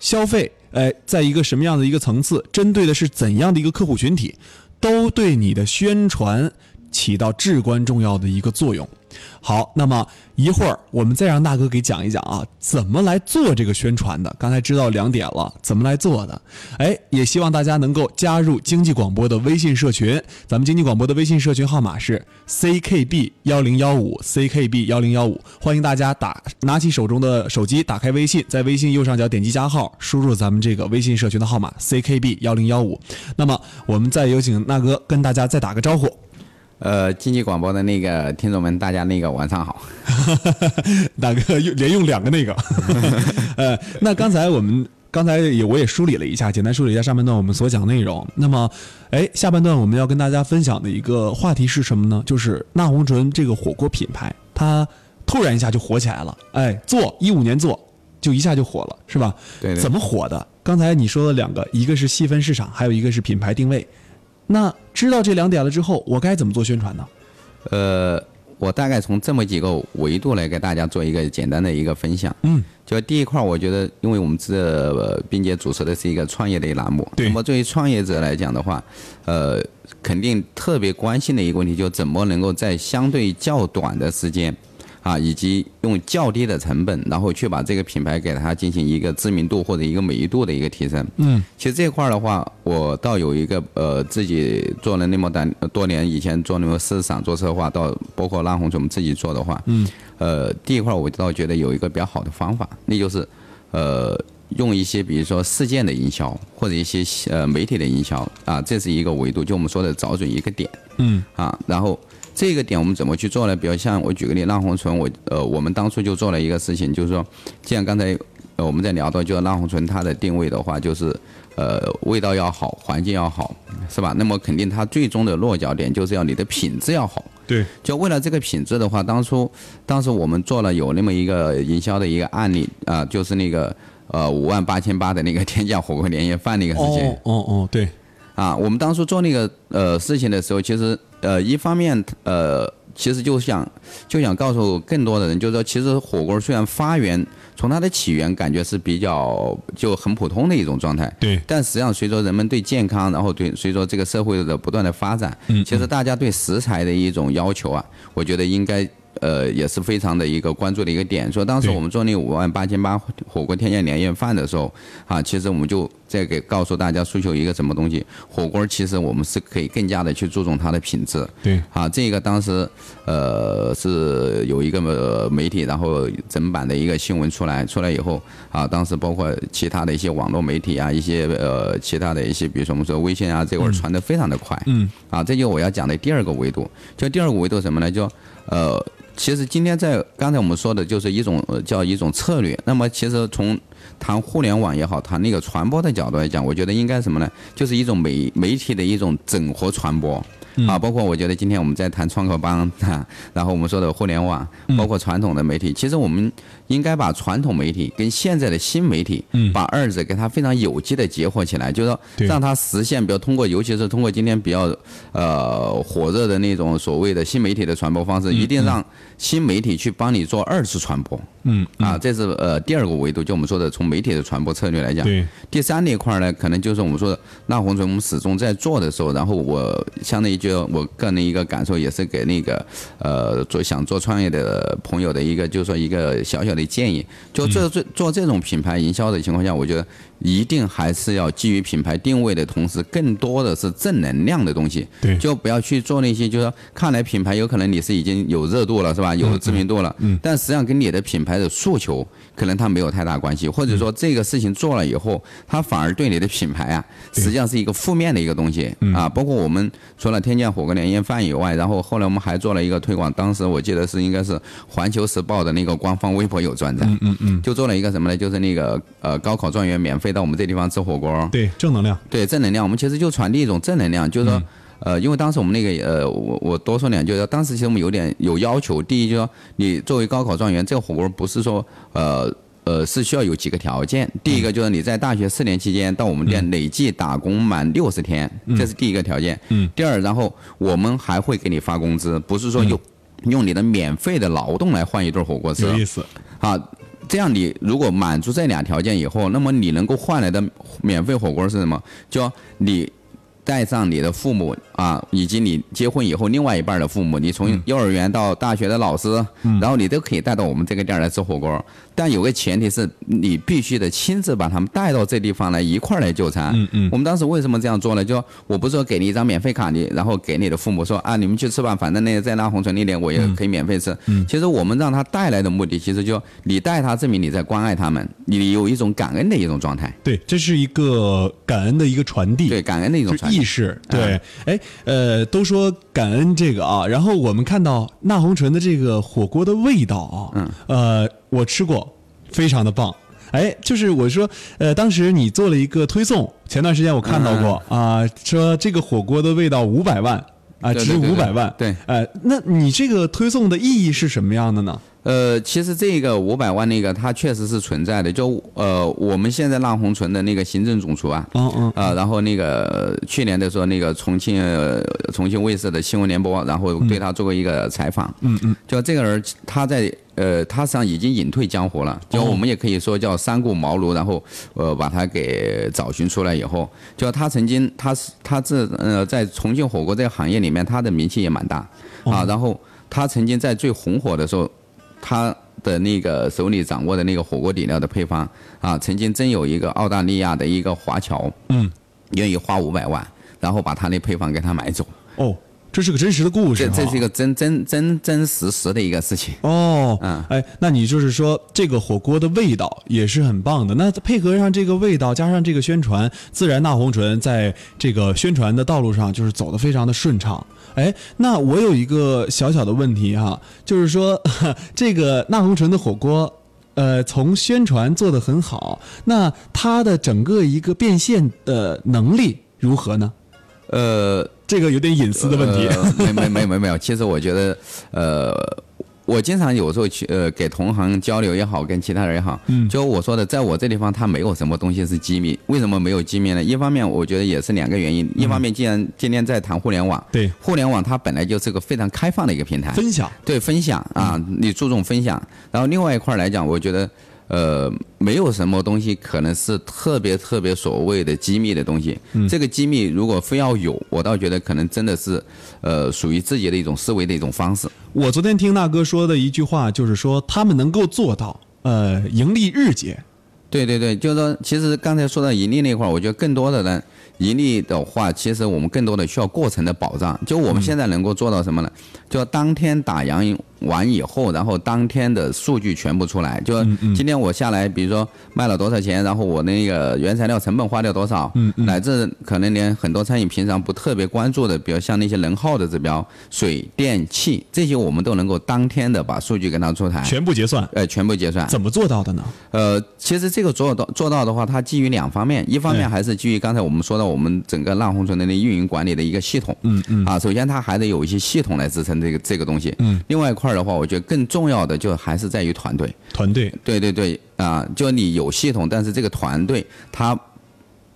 Speaker 7: 消费，哎，在一个什么样的一个层次，针对的是怎样的一个客户群体，都对你的宣传起到至关重要的一个作用。好，那么一会儿我们再让大哥给讲一讲啊，怎么来做这个宣传的。刚才知道两点了，怎么来做的？哎，也希望大家能够加入经济广播的微信社群，咱们经济广播的微信社群号码是 CKB 幺零幺五 CKB 幺零幺五，欢迎大家打拿起手中的手机，打开微信，在微信右上角点击加号，输入咱们这个微信社群的号码 CKB 幺零幺五。那么我们再有请那哥跟大家再打个招呼。
Speaker 6: 呃，经济广播的那个听众们，大家那个晚上好。
Speaker 7: *laughs* 大哥用连用两个那个， *laughs* 呃，那刚才我们刚才也我也梳理了一下，简单梳理一下上半段我们所讲内容。那么，哎，下半段我们要跟大家分享的一个话题是什么呢？就是纳红醇这个火锅品牌，它突然一下就火起来了。哎，做一五年做就一下就火了，是吧？
Speaker 6: 对对
Speaker 7: 怎么火的？刚才你说了两个，一个是细分市场，还有一个是品牌定位。那知道这两点了之后，我该怎么做宣传呢？
Speaker 6: 呃，我大概从这么几个维度来给大家做一个简单的一个分享。
Speaker 7: 嗯，
Speaker 6: 就第一块儿，我觉得，因为我们这呃并且主持的是一个创业类栏目，
Speaker 7: 对
Speaker 6: 那么对于创业者来讲的话，呃，肯定特别关心的一个问题，就怎么能够在相对较短的时间。啊，以及用较低的成本，然后去把这个品牌给它进行一个知名度或者一个美誉度的一个提升。
Speaker 7: 嗯，
Speaker 6: 其实这块儿的话，我倒有一个呃，自己做了那么单多年，以前做那么市场做策划，到包括拉红我们自己做的话，嗯，呃，第一块儿我倒觉得有一个比较好的方法，那就是呃，用一些比如说事件的营销或者一些呃媒体的营销啊，这是一个维度，就我们说的找准一个点。
Speaker 7: 嗯
Speaker 6: 啊，然后这个点我们怎么去做呢？比如像我举个例，浪红醇，我呃，我们当初就做了一个事情，就是说，既然刚才呃我们在聊到，就是浪红醇它的定位的话，就是呃味道要好，环境要好，是吧？那么肯定它最终的落脚点就是要你的品质要好。
Speaker 7: 对，
Speaker 6: 就为了这个品质的话，当初当时我们做了有那么一个营销的一个案例啊、就是那个呃五万八千八的那个天价火锅年夜饭那个事情。
Speaker 7: 哦哦哦，对，
Speaker 6: 啊，我们当初做那个呃事情的时候，其实呃一方面呃其实就想就想告诉更多的人，就是说其实火锅虽然发源从它的起源感觉是比较就很普通的一种状态，
Speaker 7: 对
Speaker 6: 但实际上随着人们对健康，然后对随着这个社会的不断的发展，
Speaker 7: 嗯
Speaker 6: 其实大家对食材的一种要求啊，我觉得应该。呃，也是非常的一个关注的一个点。说当时
Speaker 7: 对
Speaker 6: 我们做那五万八千八火锅天价年夜饭的时候，啊，其实我们就在给告诉大家诉求一个什么东西，火锅其实我们是可以更加的去注重它的品质。
Speaker 7: 对，
Speaker 6: 啊，这个当时呃是有一个呃媒体，然后整版的一个新闻出来，出来以后啊，当时包括其他的一些网络媒体啊，一些呃其他的一些，比如说我们说微信啊，这会儿传的非常的快，
Speaker 7: 嗯，
Speaker 6: 啊，这就是我要讲的第二个维度，就第二个维度什么呢？就呃。其实今天在刚才我们说的就是一种呃叫一种策略。那么其实从谈互联网也好，谈那个传播的角度来讲，我觉得应该什么呢？就是一种媒媒体的一种整合传播。
Speaker 7: 嗯
Speaker 6: 啊，包括我觉得今天我们在谈创客帮， *laughs* 啊，然后我们说的互联网，
Speaker 7: 嗯
Speaker 6: 包括传统的媒体，其实我们应该把传统媒体跟现在的新媒体，
Speaker 7: 嗯
Speaker 6: 把二者给它非常有机的结合起来，就是说
Speaker 7: 对
Speaker 6: 让它实现，比如通过，尤其是通过今天比较呃火热的那种所谓的新媒体的传播方式，一定让新媒体去帮你做二次传播，
Speaker 7: 嗯
Speaker 6: 啊，这是呃第二个维度，就我们说的从媒体的传播策略来讲。
Speaker 7: 对，
Speaker 6: 第三那一块儿呢，可能就是我们说的那红唇，我们始终在做的时候，然后我相当于就我个人的一个感受，也是给那个呃做想做创业的朋友的一个，就是说一个小小的建议，就这做做这种品牌营销的情况下，我觉得一定还是要基于品牌定位的同时，更多的是正能量的东西。
Speaker 7: 对
Speaker 6: 就不要去做那些，就是说看来品牌有可能你是已经有热度了，是吧？有知名度了，嗯，但实际上跟你的品牌的诉求可能它没有太大关系，或者说这个事情做了以后，它反而对你的品牌啊，实际上是一个负面的一个东西啊。包括我们除了天降火锅年夜饭以外，然后后来我们还做了一个推广，当时我记得是应该是《环球时报》的那个官方微博有转载，嗯嗯，就做了一个什么呢？就是那个呃高考状元免费到我们这地方吃火锅，
Speaker 7: 对，正能量，
Speaker 6: 对正能量，我们其实就传递一种正能量，就
Speaker 7: 嗯
Speaker 6: 是说，呃，因为当时我们那个呃，我我多说两句，就是当时其实我们有点有要求，第一就是说，你作为高考状元，这个火锅不是说呃。呃，是需要有几个条件。
Speaker 7: 嗯
Speaker 6: 第一个就是你在大学四年期间到我们店累计打工满六十天，这是第一个条件。
Speaker 7: 嗯。
Speaker 6: 第二，然后我们还会给你发工资，不是说有、用你的免费的劳动来换一顿火锅吃。
Speaker 7: 嗯有意思，
Speaker 6: 啊，这样你如果满足这俩条件以后，那么你能够换来的免费火锅是什么？就你带上你的父母啊，以及你结婚以后另外一半的父母，你
Speaker 7: 嗯
Speaker 6: 从幼儿园到大学的老师，然后你都可以带到我们这个店儿来吃火锅。但有个前提是你必须得亲自把他们带到这地方来一块儿来就餐。
Speaker 7: 嗯嗯
Speaker 6: 我们当时为什么这样做呢？就我不是说给你一张免费卡，你然后给你的父母说啊，你们去吃吧，反正那个在那红城那点我也可以免费吃。
Speaker 7: 嗯
Speaker 6: 其实我们让他带来的目的，其实就你带他，证明你在关爱他们，你有一种感恩的一种状态，
Speaker 7: 对，这是一个感恩的一个传递，
Speaker 6: 对感恩的一种
Speaker 7: 就
Speaker 6: 传递嗯
Speaker 7: 意。识。对，哎、呃，都说感恩这个啊，然后我们看到那红唇的这个火锅的味道啊，嗯，呃，我吃过，非常的棒。哎，就是我说，呃，当时你做了一个推送，前段时间我看到过
Speaker 6: 嗯
Speaker 7: 啊、说这个火锅的味道五百万。啊，
Speaker 6: 对
Speaker 7: 值
Speaker 6: 对
Speaker 7: 五
Speaker 6: 对
Speaker 7: 百万。
Speaker 6: 对
Speaker 7: 呃，那你这个推送的意义是什么样的呢？
Speaker 6: 呃，其实这个五百万那个它确实是存在的，就呃我们现在浪红唇的那个行政总厨啊，
Speaker 7: 嗯嗯，
Speaker 6: 啊，然后那个呃去年的时候，那个重庆呃重庆卫视的新闻联播，然后对他做过一个采访。嗯嗯，就这个人，他在呃，他实际上已经隐退江湖了。就我们也可以说叫三顾茅庐，然后呃把他给找寻出来以后，就他曾经他是他这呃在重庆火锅这个行业里面，他的名气也蛮大啊。然后他曾经在最红火的时候，他的那个手里掌握的那个火锅底料的配方啊，曾经真有一个澳大利亚的一个华侨，
Speaker 7: 嗯，
Speaker 6: 愿意花五百万，然后把他那配方给他买走，
Speaker 7: 哦，这是个真实的故事、
Speaker 6: 这
Speaker 7: 啊，
Speaker 6: 这是一个真真真真实实的一个事情。
Speaker 7: 哦，
Speaker 6: 嗯
Speaker 7: 哎，那你就是说这个火锅的味道也是很棒的，那配合上这个味道，加上这个宣传，自然那红唇在这个宣传的道路上就是走得非常的顺畅。哎，那我有一个小小的问题哈、就是说 *laughs* 这个那红唇的火锅。呃，从宣传做得很好，那它的整个一个变现的能力如何呢？
Speaker 6: 呃，
Speaker 7: 这个有点隐私的问题。
Speaker 6: 呃、没没没没没有，其实我觉得，呃，我经常有时候去呃给同行交流也好，跟其他人也好，嗯，就我说的，在我这地方它没有什么东西是机密，为什么没有机密呢？一方面我觉得也是两个原因，一方面既然今天在谈互联网，
Speaker 7: 对
Speaker 6: 互联网它本来就是个非常开放的一个平台，
Speaker 7: 分享，
Speaker 6: 对分享啊，你注重分享。然后另外一块儿来讲，我觉得。呃，没有什么东西可能是特别特别所谓的机密的东西。这个机密如果非要有，我倒觉得可能真的是，呃，属于自己的一种思维的一种方式。
Speaker 7: 我昨天听那哥说的一句话，就是说他们能够做到，呃，盈利日结。
Speaker 6: 对对对，就是说，其实刚才说到盈利那块儿，我觉得更多的呢，盈利的话，其实我们更多的需要过程的保障。就我们现在能够做到什么呢？就当天打烊完以后，然后当天的数据全部出来，
Speaker 7: 嗯
Speaker 6: 就今天我下来，比如说卖了多少钱，然后我那个原材料成本花掉多少，
Speaker 7: 嗯
Speaker 6: 乃至可能连很多餐饮平常不特别关注的，比如像那些能耗的指标、水电气这些，我们都能够当天的把数据给它出台，
Speaker 7: 全部结算，
Speaker 6: 呃全部结算。
Speaker 7: 怎么做到的呢？
Speaker 6: 呃，其实这个做到做到的话，它基于两方面，一方面
Speaker 7: 哎
Speaker 6: 还是基于刚才我们说到我们整个浪红存的那运营管理的一个系统，嗯嗯，啊，首先它还得有一些系统来支撑这个这个东西，嗯，另外一块儿的话，我觉得更重要的就还是在于团队，
Speaker 7: 团队
Speaker 6: 对对对，啊，就你有系统，但是这个团队他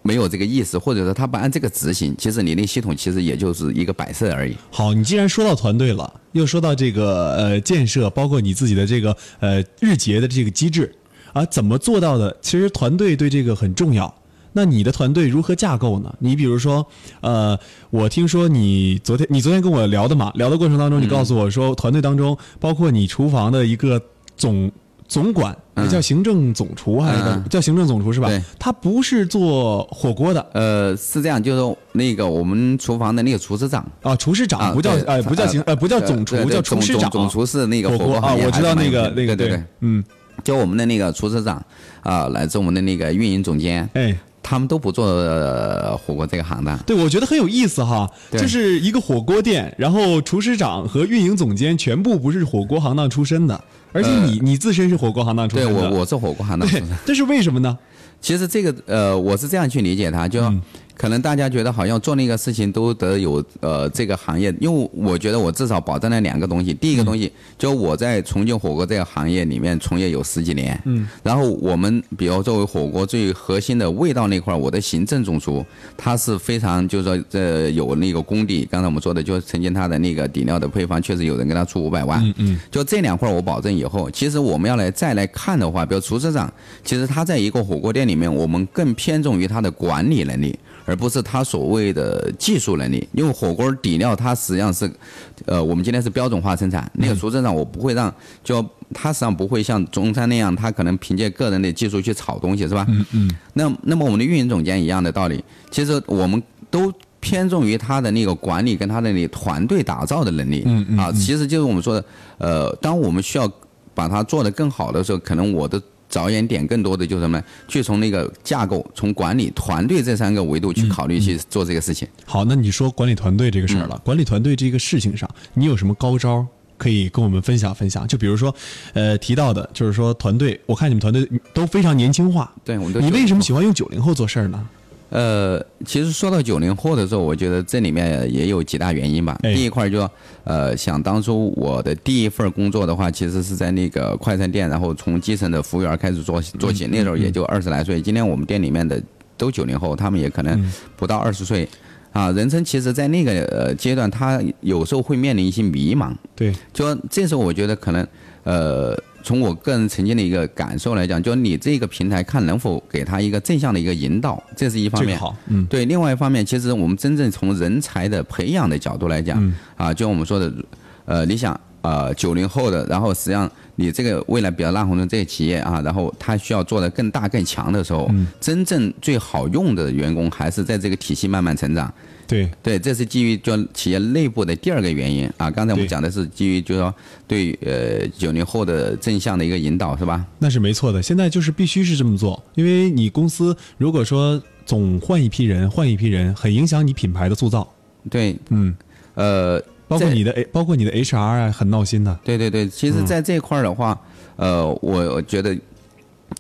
Speaker 6: 没有这个意识，或者说他不按这个执行，其实你那系统其实也就是一个摆设而已，
Speaker 7: 好，你既然说到团队了，又说到这个呃建设，包括你自己的这个呃日结的这个机制啊，怎么做到的？其实团队对这个很重要。那你的团队如何架构呢？你比如说，呃，我听说你昨天你昨天跟我聊的嘛，聊的过程
Speaker 6: 嗯
Speaker 7: 当中，你告诉我说，团队当中包括你厨房的一个总总管，叫行政总厨还是叫、
Speaker 6: 嗯
Speaker 7: 叫行政总厨是吧
Speaker 6: 对？
Speaker 7: 他不是做火锅的
Speaker 6: 呃，是这样，就是说那个我们厨房的那个厨师长。
Speaker 7: 啊，厨师长
Speaker 6: 啊，
Speaker 7: 不叫
Speaker 6: 对
Speaker 7: 呃不叫行呃不叫总厨
Speaker 6: 对，对
Speaker 7: 叫
Speaker 6: 总
Speaker 7: 厨师长，
Speaker 6: 总总厨是那个火锅
Speaker 7: 啊，
Speaker 6: 行业
Speaker 7: 我知
Speaker 6: 还
Speaker 7: 道
Speaker 6: 是蛮
Speaker 7: 那个
Speaker 6: 有名
Speaker 7: 那个
Speaker 6: 对对
Speaker 7: 对，嗯，
Speaker 6: 就我们的那个厨师长啊，来自我们的那个运营总监，
Speaker 7: 哎，
Speaker 6: 他们都不做呃火锅这个行当。
Speaker 7: 对，我觉得很有意思哈，
Speaker 6: 对
Speaker 7: 就是一个火锅店，然后厨师长和运营总监全部不是火锅行当出身的，而且你你自身是火锅行当出
Speaker 6: 呃对
Speaker 7: 身的，*laughs*
Speaker 6: 我，我是火锅行当出
Speaker 7: 对
Speaker 6: 身。，
Speaker 7: 这是为什么呢？
Speaker 6: 其实这个呃，我是这样去理解它，就可能大家觉得好像做那个事情都得有呃这个行业，因为我觉得我至少保证了两个东西。第一个东西，就我在重庆火锅这个行业里面从业有十几年，嗯，然后我们比如作为火锅最核心的味道那块儿，我的行政总厨他是非常就是说呃有那个功底，刚才我们说的，就是曾经他的那个底料的配方确实有人给他出五百万，嗯嗯，就这两块儿我保证以后，其实我们要来再来看的话，比如厨师长，其实他在一个火锅店里面，我们更偏重于他的管理能力，而不是他所谓的技术能力。因为火锅底料它实际上是，呃，我们今天是标准化生产，那个厨师长我不会让就。他实际上不会像中餐那样，他可能凭借个人的技术去炒东西，是吧？嗯嗯。那那么我们的运营总监一样的道理，其实我们都偏重于他的那个管理跟他的那团队打造的能力。嗯嗯啊，其实就是我们说的，呃，当我们需要把它做得更好的时候，可能我的着眼点更多的就是什么呢？去从那个架构、从管理、团队这三个维度去考
Speaker 7: 嗯
Speaker 6: 虑去做这个事情。
Speaker 7: 好，那你说管理团队这个事儿
Speaker 6: 嗯
Speaker 7: 了，管理团队这个事情上，你有什么高招可以跟我们分享分享？就比如说，呃，提到的就是说团队，我看你们团队都非常年轻化，
Speaker 6: 对我们都
Speaker 7: 你
Speaker 6: 90
Speaker 7: 为什么喜欢用九零后做事儿呢？
Speaker 6: 呃，其实说到九零后的时候，我觉得这里面也有几大原因吧。
Speaker 7: 哎
Speaker 6: 第一块儿就，呃，想当初我的第一份工作的话，其实是在那个快餐店，然后从基层的服务员开始做做起，那时
Speaker 7: 嗯
Speaker 6: 候也就二十来岁。今天我们店里面的都九零后，他们也可能不到二
Speaker 7: 嗯
Speaker 6: 十岁。啊，人生其实，在那个呃阶段，他有时候会面临一些迷茫，
Speaker 7: 对，
Speaker 6: 就这时候，我觉得可能，呃，从我个人曾经的一个感受来讲，就你这个平台看能否给他一个正向的一个引导，这是一方
Speaker 7: 这
Speaker 6: 面。
Speaker 7: 个好，嗯，
Speaker 6: 对，另外一方面，其实我们真正从人才的培养的角度来讲，啊，就我们说的，呃，你想，呃，九零后的，然后实际上你这个未来，比如烂红灯这个企业啊，然后它需要做的更大更强的时候，真正最好用的员工还是在这个体系慢慢成长。
Speaker 7: 对，
Speaker 6: 对，这是基于就企业内部的第二个原因啊。刚才我们
Speaker 7: 对
Speaker 6: 讲的是基于就是说对呃九零后的正向的一个引导是吧？
Speaker 7: 那是没错的，现在就是必须是这么做，因为你公司如果说总换一批人，换一批人，很影响你品牌的塑造，
Speaker 6: 对，
Speaker 7: 嗯，
Speaker 6: 呃，
Speaker 7: 包括
Speaker 6: 在
Speaker 7: 你的 A，包括你的 HR 啊，很闹心的，
Speaker 6: 对对对，其
Speaker 7: 嗯
Speaker 6: 实在这块儿的话，呃，我我觉得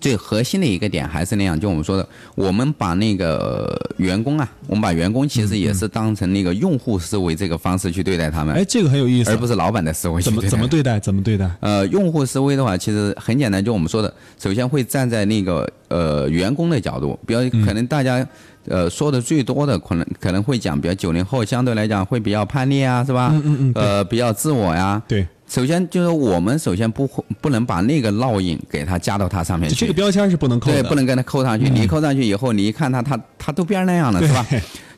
Speaker 6: 最核心的一个点还是那样，就我们说的，我们把那个呃员工啊，我们把员工其实也是当成那个用户思维这个方式去对待他们，
Speaker 7: 哎，这个很有意思，
Speaker 6: 而不是老板的思维去
Speaker 7: 怎么
Speaker 6: 对待
Speaker 7: 怎么
Speaker 6: 他们
Speaker 7: 对待，怎么对待，
Speaker 6: 呃，用户思维的话，其实很简单，就我们说的，首先会站在那个呃员工的角度，比较可能大家、呃说的最多的，可能可能会讲，比较九零后相对来讲会比较叛逆啊，是吧？嗯嗯嗯。呃，比较自我呀。
Speaker 7: 对，
Speaker 6: 首先就是我们首先不不能把那个烙印给它加到它上面
Speaker 7: 就
Speaker 6: 去，
Speaker 7: 这个标签是不能扣的，嗯
Speaker 6: 对，不能跟他扣上去。你一扣上去以后，你一看他，他他都变成那样了，
Speaker 7: *laughs*
Speaker 6: 是吧？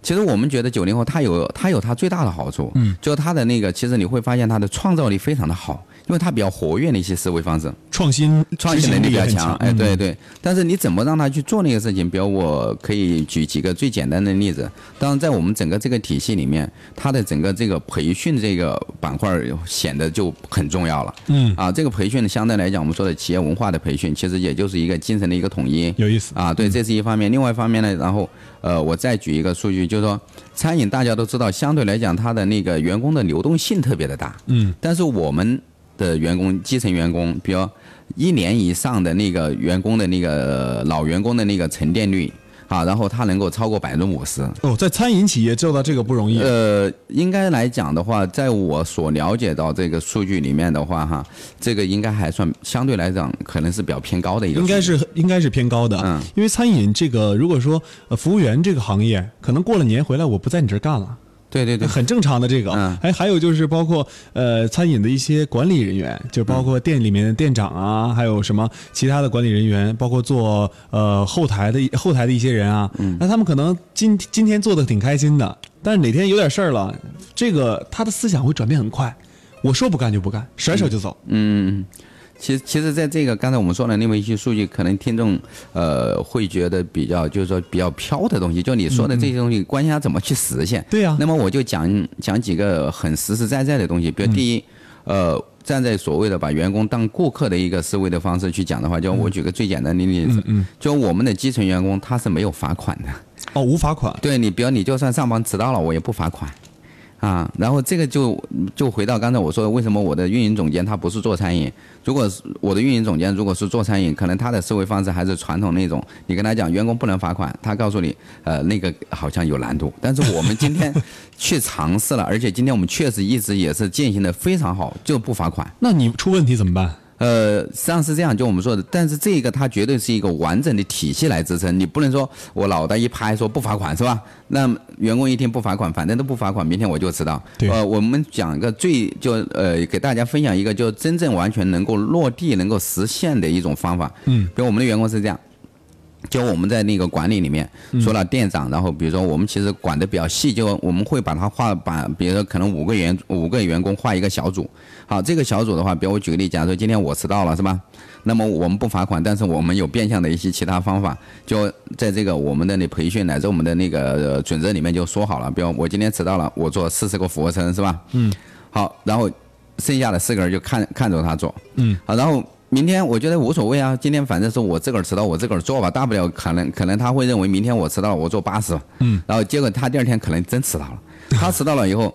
Speaker 6: 其实我们觉得九零后他有他有他最大的好处，嗯，就是他的那个，其实你会发现他的创造力非常的好。因为它比较活跃的一些思维方式，
Speaker 7: 创新
Speaker 6: 创
Speaker 7: 执
Speaker 6: 新
Speaker 7: 行
Speaker 6: 能力
Speaker 7: 也
Speaker 6: 比较
Speaker 7: 很
Speaker 6: 强，哎，
Speaker 7: 嗯
Speaker 6: 对对。但是你怎么让他去做那个事情？比如我可以举几个最简单的例子。当然，在我们整个这个体系里面，它的整个这个培训这个板块儿显得就很重要了。
Speaker 7: 嗯
Speaker 6: 啊，这个培训呢，相对来讲，我们说的企业文化的培训，其实也就是一个精神的一个统一。
Speaker 7: 有意思
Speaker 6: 啊，对，这是一方面。另外一方面呢，然后呃，我再举一个数据，就是说餐饮大家都知道，相对来讲，它的那个员工的流动性特别的大。
Speaker 7: 嗯，
Speaker 6: 但是我们的员工，基层员工，比如一年以上的那个员工的那个呃老员工的那个沉淀率啊，然后它能够超过百分之五十。
Speaker 7: 哦，在餐饮企业做到这个不容易，
Speaker 6: 呃，应该来讲的话，在我所了解到这个数据里面的话，哈，这个应该还算相对来讲可能是比较偏高的一个
Speaker 7: 应
Speaker 6: 数据，
Speaker 7: 该是应该是偏高的，
Speaker 6: 嗯
Speaker 7: 因为餐饮这个，如果说呃服务员这个行业，可能过了年回来我不在你这儿干了。
Speaker 6: 对对对，
Speaker 7: 很正常的这个。
Speaker 6: 嗯
Speaker 7: 哎，还有就是包括呃餐饮的一些管理人员，就包
Speaker 6: 嗯
Speaker 7: 括店里面的店长啊，还有什么其他的管理人员，包括做呃后台的后台的一些人啊，
Speaker 6: 嗯
Speaker 7: 那他们可能今今天做的挺开心的，但是哪天有点事儿了，这个他的思想会转变很快。我说不干就不干，甩手就走。
Speaker 6: 嗯，其实其实，在这个刚才我们说的那么一些数据，可能听众呃会觉得比较就是说比较飘的东西，就你说的这些东西，关键它怎么去实现？
Speaker 7: 对呀
Speaker 6: 那么我就讲讲几个很实实在在的东西，比如第一，呃。站在所谓的把员工当顾客的一个思维的方式去讲的话，就我举个最简单的例子，就我们的基层员工他是没有罚款的，
Speaker 7: 哦，无罚款。
Speaker 6: 对你，比如你就算上班迟到了，我也不罚款，啊，然后这个就就回到刚才我说的，为什么我的运营总监他不是做餐饮？如果是我的运营总监如果是做餐饮，可能他的思维方式还是传统那种，你跟他讲员工不能罚款，他告诉你，呃，那个好像有难度。但是我们今天 *laughs* 去尝试了，而且今天我们确实一直也是践行的非常好，就不罚款。
Speaker 7: 那你出问题怎么办？
Speaker 6: 呃，实际上是这样，就我们说的，但是这个它绝对是一个完整的体系来支撑，你不能说我脑袋一拍说不罚款是吧？那员工一听不罚款，反正都不罚款，明天我就知道。
Speaker 7: 对
Speaker 6: 呃，我们讲一个最就呃给大家分享一个就真正完全能够落地、能够实现的一种方法。
Speaker 7: 嗯，
Speaker 6: 比如我们的员工是这样。就我们在那个管理里面，除了店长，然后比如说我们其实管的比较细，就我们会把它划把，比如说可能五个员五个员工划一个小组，好，这个小组的话，比如我举个例，假如说今天我迟到了是吧？那么我们不罚款，但是我们有变相的一些其他方法，就在这个我们的那培训乃至我们的那个呃准则里面就说好了，比如我今天迟到了，我做四十个俯卧撑是吧？嗯。好，然后剩下的四个人就看看着他做。
Speaker 7: 嗯。
Speaker 6: 好，然后。明天我觉得无所谓啊，今天反正是我自个儿迟到，我自个儿做吧，大不了可能可能他会认为明天我迟到了，我做八十，嗯，然后结果他第二天可能真迟到了，他迟到了以后，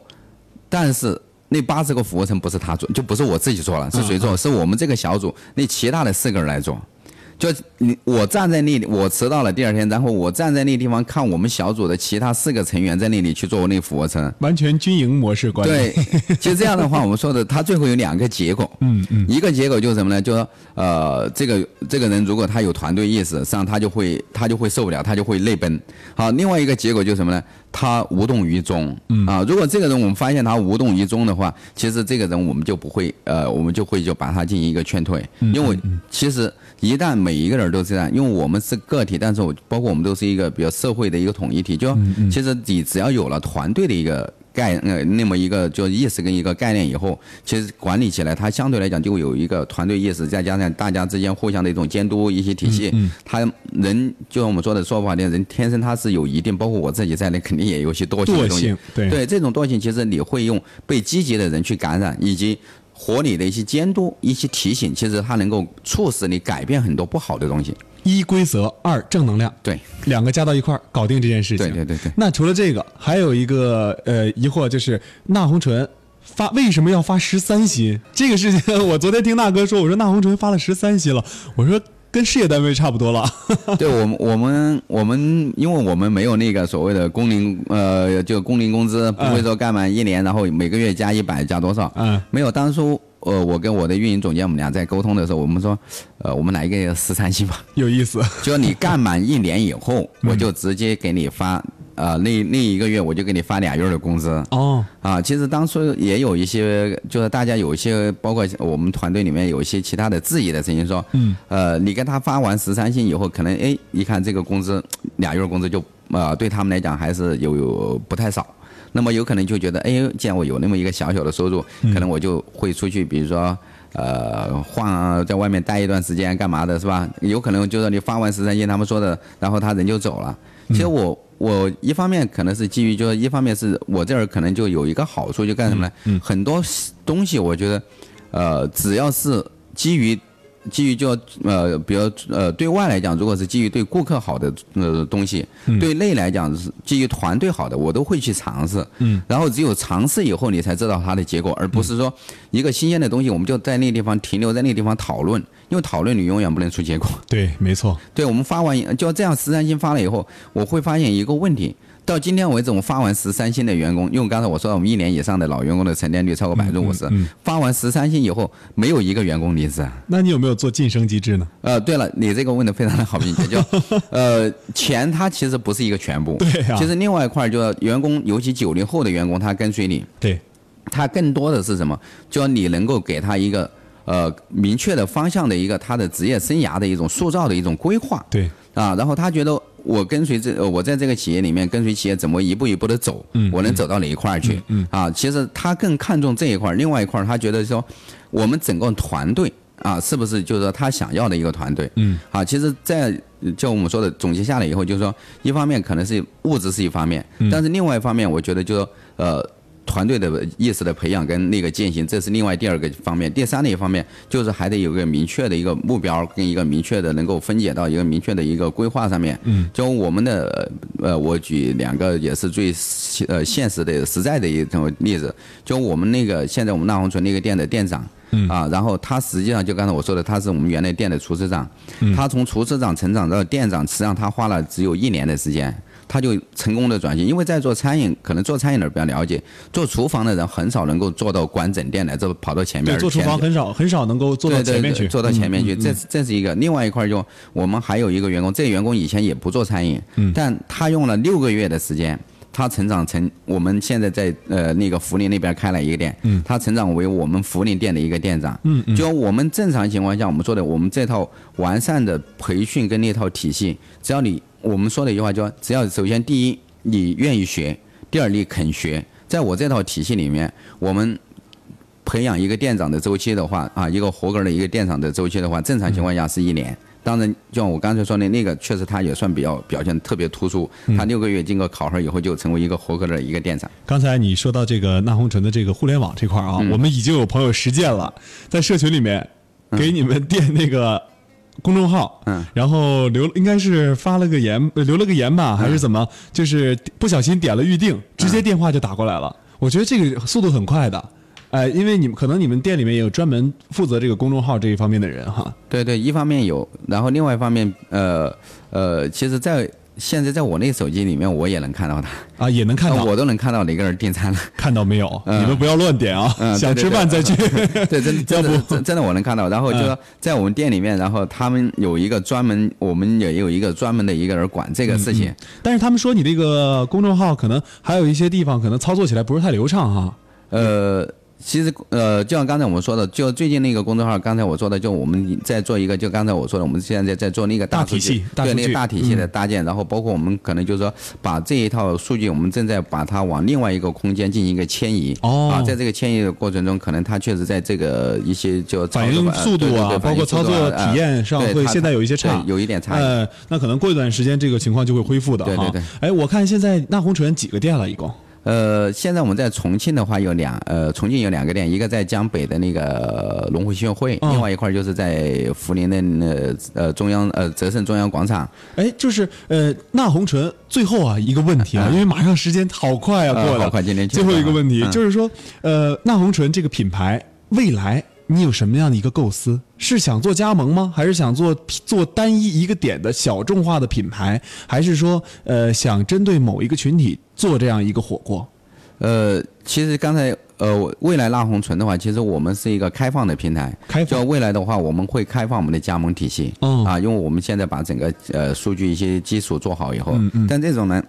Speaker 6: 但是那八十个俯卧撑不是他做，就不是我自己做了，是谁做？是我们这个小组那其他的四个人来做。就你我站在那里，我迟到了第二天，然后我站在那地方看我们小组的其他四个成员在那里去做那个俯卧撑。
Speaker 7: 完全军营模式管理。 *laughs*
Speaker 6: 对，其实这样的话，我们说的，它最后有两个结果。嗯嗯，一个结果就是什么呢？就是说呃，这个这个人如果他有团队意识，实际上他就会他就会受不了，他就会泪奔。好，另外一个结果就是什么呢？他无动于衷。嗯啊，如果这个人我们发现他无动于衷的话，其实这个人我们就不会呃，我们就会就把他进行一个劝退，因为其实。一旦每一个人都这样，因为我们是个体，但是我包括我们都是一个比较社会的一个统一体，就
Speaker 7: 嗯
Speaker 6: 其实你只要有了团队的一个概呃那么一个就意识跟一个概念以后，其实管理起来它相对来讲就有一个团队意识，再加上大家之间互相的一种监督一些体系，
Speaker 7: 嗯
Speaker 6: 他人就像我们说的说不好听，人天生他是有一定，包括我自己在内，肯定也有些惰性的东
Speaker 7: 惰
Speaker 6: 西
Speaker 7: 性，对
Speaker 6: 这种惰性其实你会用被积极的人去感染，以及。活你的一些监督、一些提醒，其实它能够促使你改变很多不好的东西。
Speaker 7: 一规则，二正能量。
Speaker 6: 对，
Speaker 7: 两个加到一块儿搞定这件事情。
Speaker 6: 对对对对
Speaker 7: 那除了这个，还有一个呃疑惑就是钠红醇发为什么要发十三薪？这个事情我昨天听大哥说，我说钠红醇发了十三薪了，我说跟事业单位差不多了。 *laughs*
Speaker 6: 对我们，我们，我们，因为我们没有那个所谓的工龄，呃，就工龄工资，不会说干满一年，然后每个月加一百加多少，
Speaker 7: 嗯，
Speaker 6: 没有。当初，呃，我跟我的运营总监，我们俩在沟通的时候，我们说，呃，我们来一个十三薪吧，
Speaker 7: 有意思，
Speaker 6: 就你干满一年以后，我就直接给你发，呃，那那一个月我就给你发俩月的工资，
Speaker 7: 哦，
Speaker 6: 啊，其实当初也有一些，就是大家有一些，包括我们团队里面有一些其他的质疑的声音，说，嗯，呃，你跟他发完十三薪以后，可能哎，一看这个工资，俩月工资就，呃，对他们来讲还是有有不太少。那么有可能就觉得，哎，既然我有那么一个小小的收入，可能我就会出去，比如说，呃，换在外面待一段时间干嘛的，是吧？有可能就是你发完十三线，他们说的，然后他人就走了。其实我我一方面可能是基于，就是一方面是我这儿可能就有一个好处，就干什么呢？很多东西我觉得，呃，只要是基于基于就呃，比如呃，对外来讲，如果是基于对顾客好的呃东西，对内来讲是基于团队好的，我都会去尝试。嗯，然后只有尝试以后，你才知道它的结果，而不是说一个新鲜的东西，我们就在那个地方停留，在那个地方讨论，因为讨论你永远不能出结果。
Speaker 7: 对，没错，
Speaker 6: 对，我们发完就这样十三星发了以后，我会发现一个问题。到今天为止，我们发完十三星的员工，用刚才我说的我们一年以上的老员工的沉淀率超过百分之五十
Speaker 7: 嗯嗯，
Speaker 6: 发完十三星以后，没有一个员工离职。啊
Speaker 7: 那你有没有做晋升机制呢？
Speaker 6: 呃，对了，你这个问的非常的好，并且就，呃，钱它其实不是一个全部，
Speaker 7: *laughs* 对啊
Speaker 6: 其实另外一块儿就是员工，尤其九零后的员工，他跟随你，
Speaker 7: 对，
Speaker 6: 他更多的是什么？就你能够给他一个呃明确的方向的一个他的职业生涯的一种塑造的一种规划，
Speaker 7: 对，
Speaker 6: 啊，然后他觉得我跟随这，呃我在这个企业里面跟随企业怎么一步一步的走，我能走到哪一块儿去，啊，其实他更看重这一块儿，另外一块儿他觉得说，我们整个团队啊，是不是就是说他想要的一个团队，
Speaker 7: 嗯，
Speaker 6: 啊，其实在，就我们说的总结下来以后，就是说，一方面可能是物质是一方面，但是另外一方面，我觉得就是说呃。团队的意识的培养跟那个践行，这是另外第二个方面。第三的一方面就是还得有个明确的一个目标跟一个明确的能够分解到一个明确的一个规划上面。嗯，就我们的呃，我举两个也是最呃现实的实在的一种例子，就我们那个现在我们纳红村那个店的店长。嗯啊，然后他实际上就刚才我说的，他是我们原来店的厨师长，
Speaker 7: 嗯
Speaker 6: 他从厨师长成长到店长，实际上他花了只有一年的时间，他就成功的转型。因为在做餐饮，可能做餐饮的人比较了解，做厨房的人很少能够做到管整店来，这跑到前面
Speaker 7: 对，
Speaker 6: 儿
Speaker 7: 做厨
Speaker 6: 前
Speaker 7: 房很少很少能够做到
Speaker 6: 对对
Speaker 7: 前面
Speaker 6: 对
Speaker 7: 去，
Speaker 6: 做到前面去，
Speaker 7: 嗯
Speaker 6: 这是这是一个。另外一块儿就我们还有一个员工，这个员工以前也不做餐饮，
Speaker 7: 嗯
Speaker 6: 但他用了六个月的时间。他成长成我们现在在呃那个涪陵那边开了一个店，
Speaker 7: 嗯
Speaker 6: 他成长为我们涪陵店的一个店长，就我们正常情况下我们说的，我们这套完善的培训跟那套体系，只要你我们说的一句话叫，只要首先第一你愿意学，第二你肯学，在我这套体系里面，我们培养一个店长的周期的话，啊，一个活格的一个店长的周期的话，正常情况下是一年。当然，就像我刚才说的，那个确实他也算比较表现特别突出，
Speaker 7: 嗯
Speaker 6: 他六个月经过考核以后就成为一个合格的一个店长。
Speaker 7: 刚才你说到这个纳红纯的这个互联网这块儿啊，
Speaker 6: 嗯
Speaker 7: 我们已经有朋友实践了，在社群里面给你们店那个公众号，
Speaker 6: 嗯
Speaker 7: 然后留应该是发了个言，呃留了个言
Speaker 6: 嗯
Speaker 7: 吧，还是怎么？就是不小心点了预定，直接电话就打过来了。
Speaker 6: 嗯
Speaker 7: 我觉得这个速度很快的，哎，因为你们可能你们店里面也有专门负责这个公众号这一方面的人哈，
Speaker 6: 对对，一方面有，然后另外一方面，呃呃，其实在现在在我那手机里面我也能看到他，
Speaker 7: 啊，也能看到，
Speaker 6: 我都能看到哪个人
Speaker 7: *laughs*
Speaker 6: 订餐了。
Speaker 7: 看到没有？你们不要乱点啊，
Speaker 6: 嗯对
Speaker 7: 想
Speaker 6: 对
Speaker 7: 吃
Speaker 6: 对
Speaker 7: 饭再去。
Speaker 6: *laughs*
Speaker 7: *laughs*
Speaker 6: 对，真
Speaker 7: 要
Speaker 6: 真的
Speaker 7: 不嗯
Speaker 6: 真真的我能看到。然后就说在我们店里面，然后他们有一个专门，我们也有一个专门的一个人管这个事
Speaker 7: 嗯
Speaker 6: 情。
Speaker 7: 但是他们说你这个公众号可能还有一些地方可能操作起来不是太流畅哈。
Speaker 6: 呃，其实呃，就像刚才我们说的，就最近那个公众号，刚才我说的，就我们在做一个，就刚才我说的，我们现在在做那个
Speaker 7: 大
Speaker 6: 数
Speaker 7: 体系
Speaker 6: 据，
Speaker 7: 大
Speaker 6: 对
Speaker 7: 数
Speaker 6: 那
Speaker 7: 据嗯
Speaker 6: 个大体系的搭建，然后包括我们可能就是说，把这一套数据，我们正在把它往另外一个空间进行一个迁移。
Speaker 7: 哦
Speaker 6: 啊，在这个迁移的过程中，可能它确实在这个一些就操作
Speaker 7: 反应
Speaker 6: 呃
Speaker 7: 速度
Speaker 6: 对对
Speaker 7: 啊，
Speaker 6: 对
Speaker 7: 包
Speaker 6: 反
Speaker 7: 括
Speaker 6: 应
Speaker 7: 操
Speaker 6: 速度
Speaker 7: 作
Speaker 6: 啊
Speaker 7: 体验上
Speaker 6: 对
Speaker 7: 会
Speaker 6: 它
Speaker 7: 现在有一些差，
Speaker 6: 对有一点差异。
Speaker 7: 呃，那可能过一段时间这个情况就会恢复的哈。
Speaker 6: 对对对
Speaker 7: 哎，我看现在纳红纯几个店了，一共？
Speaker 6: 呃，现在我们在重庆的话有两，呃，重庆有两个店，一个在江北的那个呃龙湖新运会，
Speaker 7: 嗯
Speaker 6: 另外一块儿就是在涪陵的那呃中央呃泽盛中央广场。
Speaker 7: 哎，就是呃，纳红纯最后啊一个问题啊，因为马上时间好快啊，
Speaker 6: 呃
Speaker 7: 过了，
Speaker 6: 嗯好快今天就
Speaker 7: 最后一个问题
Speaker 6: 嗯
Speaker 7: 就是说，呃，纳红纯这个品牌未来你有什么样的一个构思？是想做加盟吗？还是想做呃做单一一个点的小众化的品牌？还是说呃想针对某一个群体做这样一个火锅？
Speaker 6: 呃，其实刚才呃，我未来辣红唇的话，其实我们是一个开放的平台。
Speaker 7: 开放
Speaker 6: 就未来的话，我们会开放我们的加盟体系。
Speaker 7: 哦嗯
Speaker 6: 啊，因为我们现在把整个呃数据一些基础做好以后，但这种呢。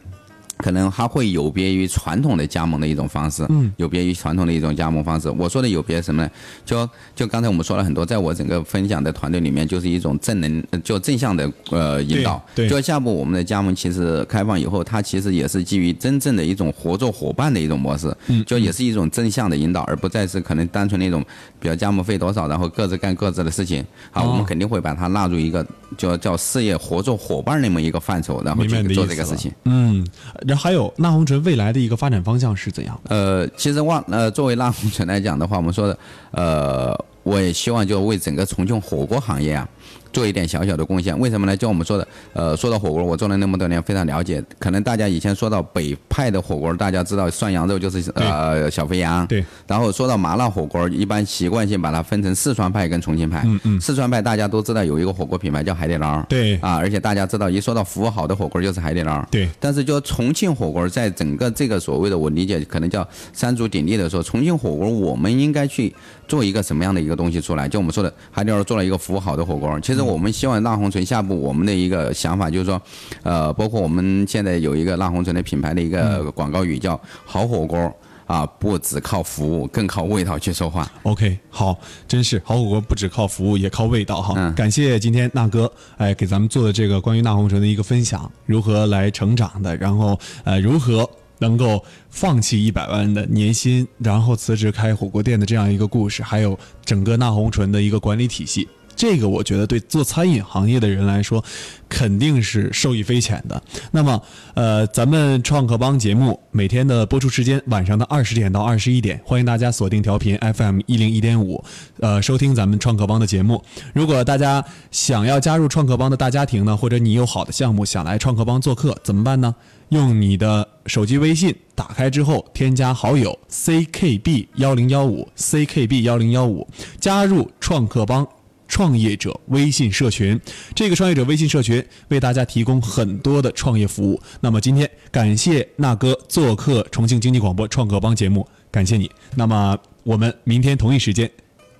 Speaker 6: 可能它会有别于传统的加盟的一种方式，嗯，有别于传统的一种加盟方式。我说的有别是什么呢？就就刚才我们说了很多，在我整个分享的团队里面，就是一种正能，呃就正向的呃引导。
Speaker 7: 对
Speaker 6: 就下步我们的加盟其实开放以后，它其实也是基于真正的一种合作伙伴的一种模式，嗯，就也是一种正向的引导，而不再是可能单纯的一种，比如加盟费多少，然后各自干各自的事情。好，
Speaker 7: 哦
Speaker 6: 我们肯定会把它纳入一个就叫事业合作伙伴那么一个范畴，然后
Speaker 7: 明白
Speaker 6: 去
Speaker 7: 你的
Speaker 6: 做
Speaker 7: 意
Speaker 6: 这个
Speaker 7: 思
Speaker 6: 事
Speaker 7: 了
Speaker 6: 情。
Speaker 7: 嗯，然后还有纳红醇未来的一个发展方向是怎样的？
Speaker 6: 呃，其实望呃，作为拉红城来讲的话，我们说的呃，我也希望就为整个重庆火锅行业啊。做一点小小的贡献，为什么呢？就我们说的，呃，说到火锅，我做了那么多年，非常了解。可能大家以前说到北派的火锅，大家知道涮羊肉就是呃小肥羊，
Speaker 7: 对。
Speaker 6: 然后说到麻辣火锅，一般习惯性把它分成四川派跟重庆派。嗯嗯。四川派大家都知道有一个火锅品牌叫海底捞，
Speaker 7: 对
Speaker 6: 啊，而且大家知道，一说到服务好的火锅就是海底捞，
Speaker 7: 对
Speaker 6: 但是就重庆火锅在整个这个所谓的我理解可能叫三足鼎立的时候，重庆火锅我们应该去做一个什么样的一个东西出来？就我们说的海底捞做了一个服务好的火锅，其
Speaker 7: 嗯
Speaker 6: 实我们希望辣红唇下步我们的一个想法就是说，呃，包括我们现在有一个辣红唇的品牌的一个
Speaker 7: 嗯
Speaker 6: 广告语叫“好火锅”。啊，不只靠服务，更靠味道去说话。
Speaker 7: OK，好，真是好火锅不只靠服务，也靠味道哈。
Speaker 6: 嗯
Speaker 7: 感谢今天纳哥，哎，给咱们做的这个关于纳红醇的一个分享，如何来成长的，然后呃，如何能够放弃一百万的年薪，然后辞职开火锅店的这样一个故事，还有整个纳红醇的一个管理体系。这个我觉得对做餐饮行业的人来说，肯定是受益匪浅的。那么，呃，咱们创客帮节目每天的播出时间晚上的二十点到二十一点，欢迎大家锁定调频 FM 一零一点五，呃，收听咱们创客帮的节目。如果大家想要加入创客帮的大家庭呢，或者你有好的项目想来创客帮做客，怎么办呢？用你的手机微信打开之后，添加好友 ckb 幺零幺五 ckb 幺零幺五，加入创客帮创业者微信社群。这个创业者微信社群为大家提供很多的创业服务。那么今天感谢那哥做客重庆经济广播创客帮节目，感谢你。那么我们明天同一时间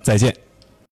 Speaker 7: 再见。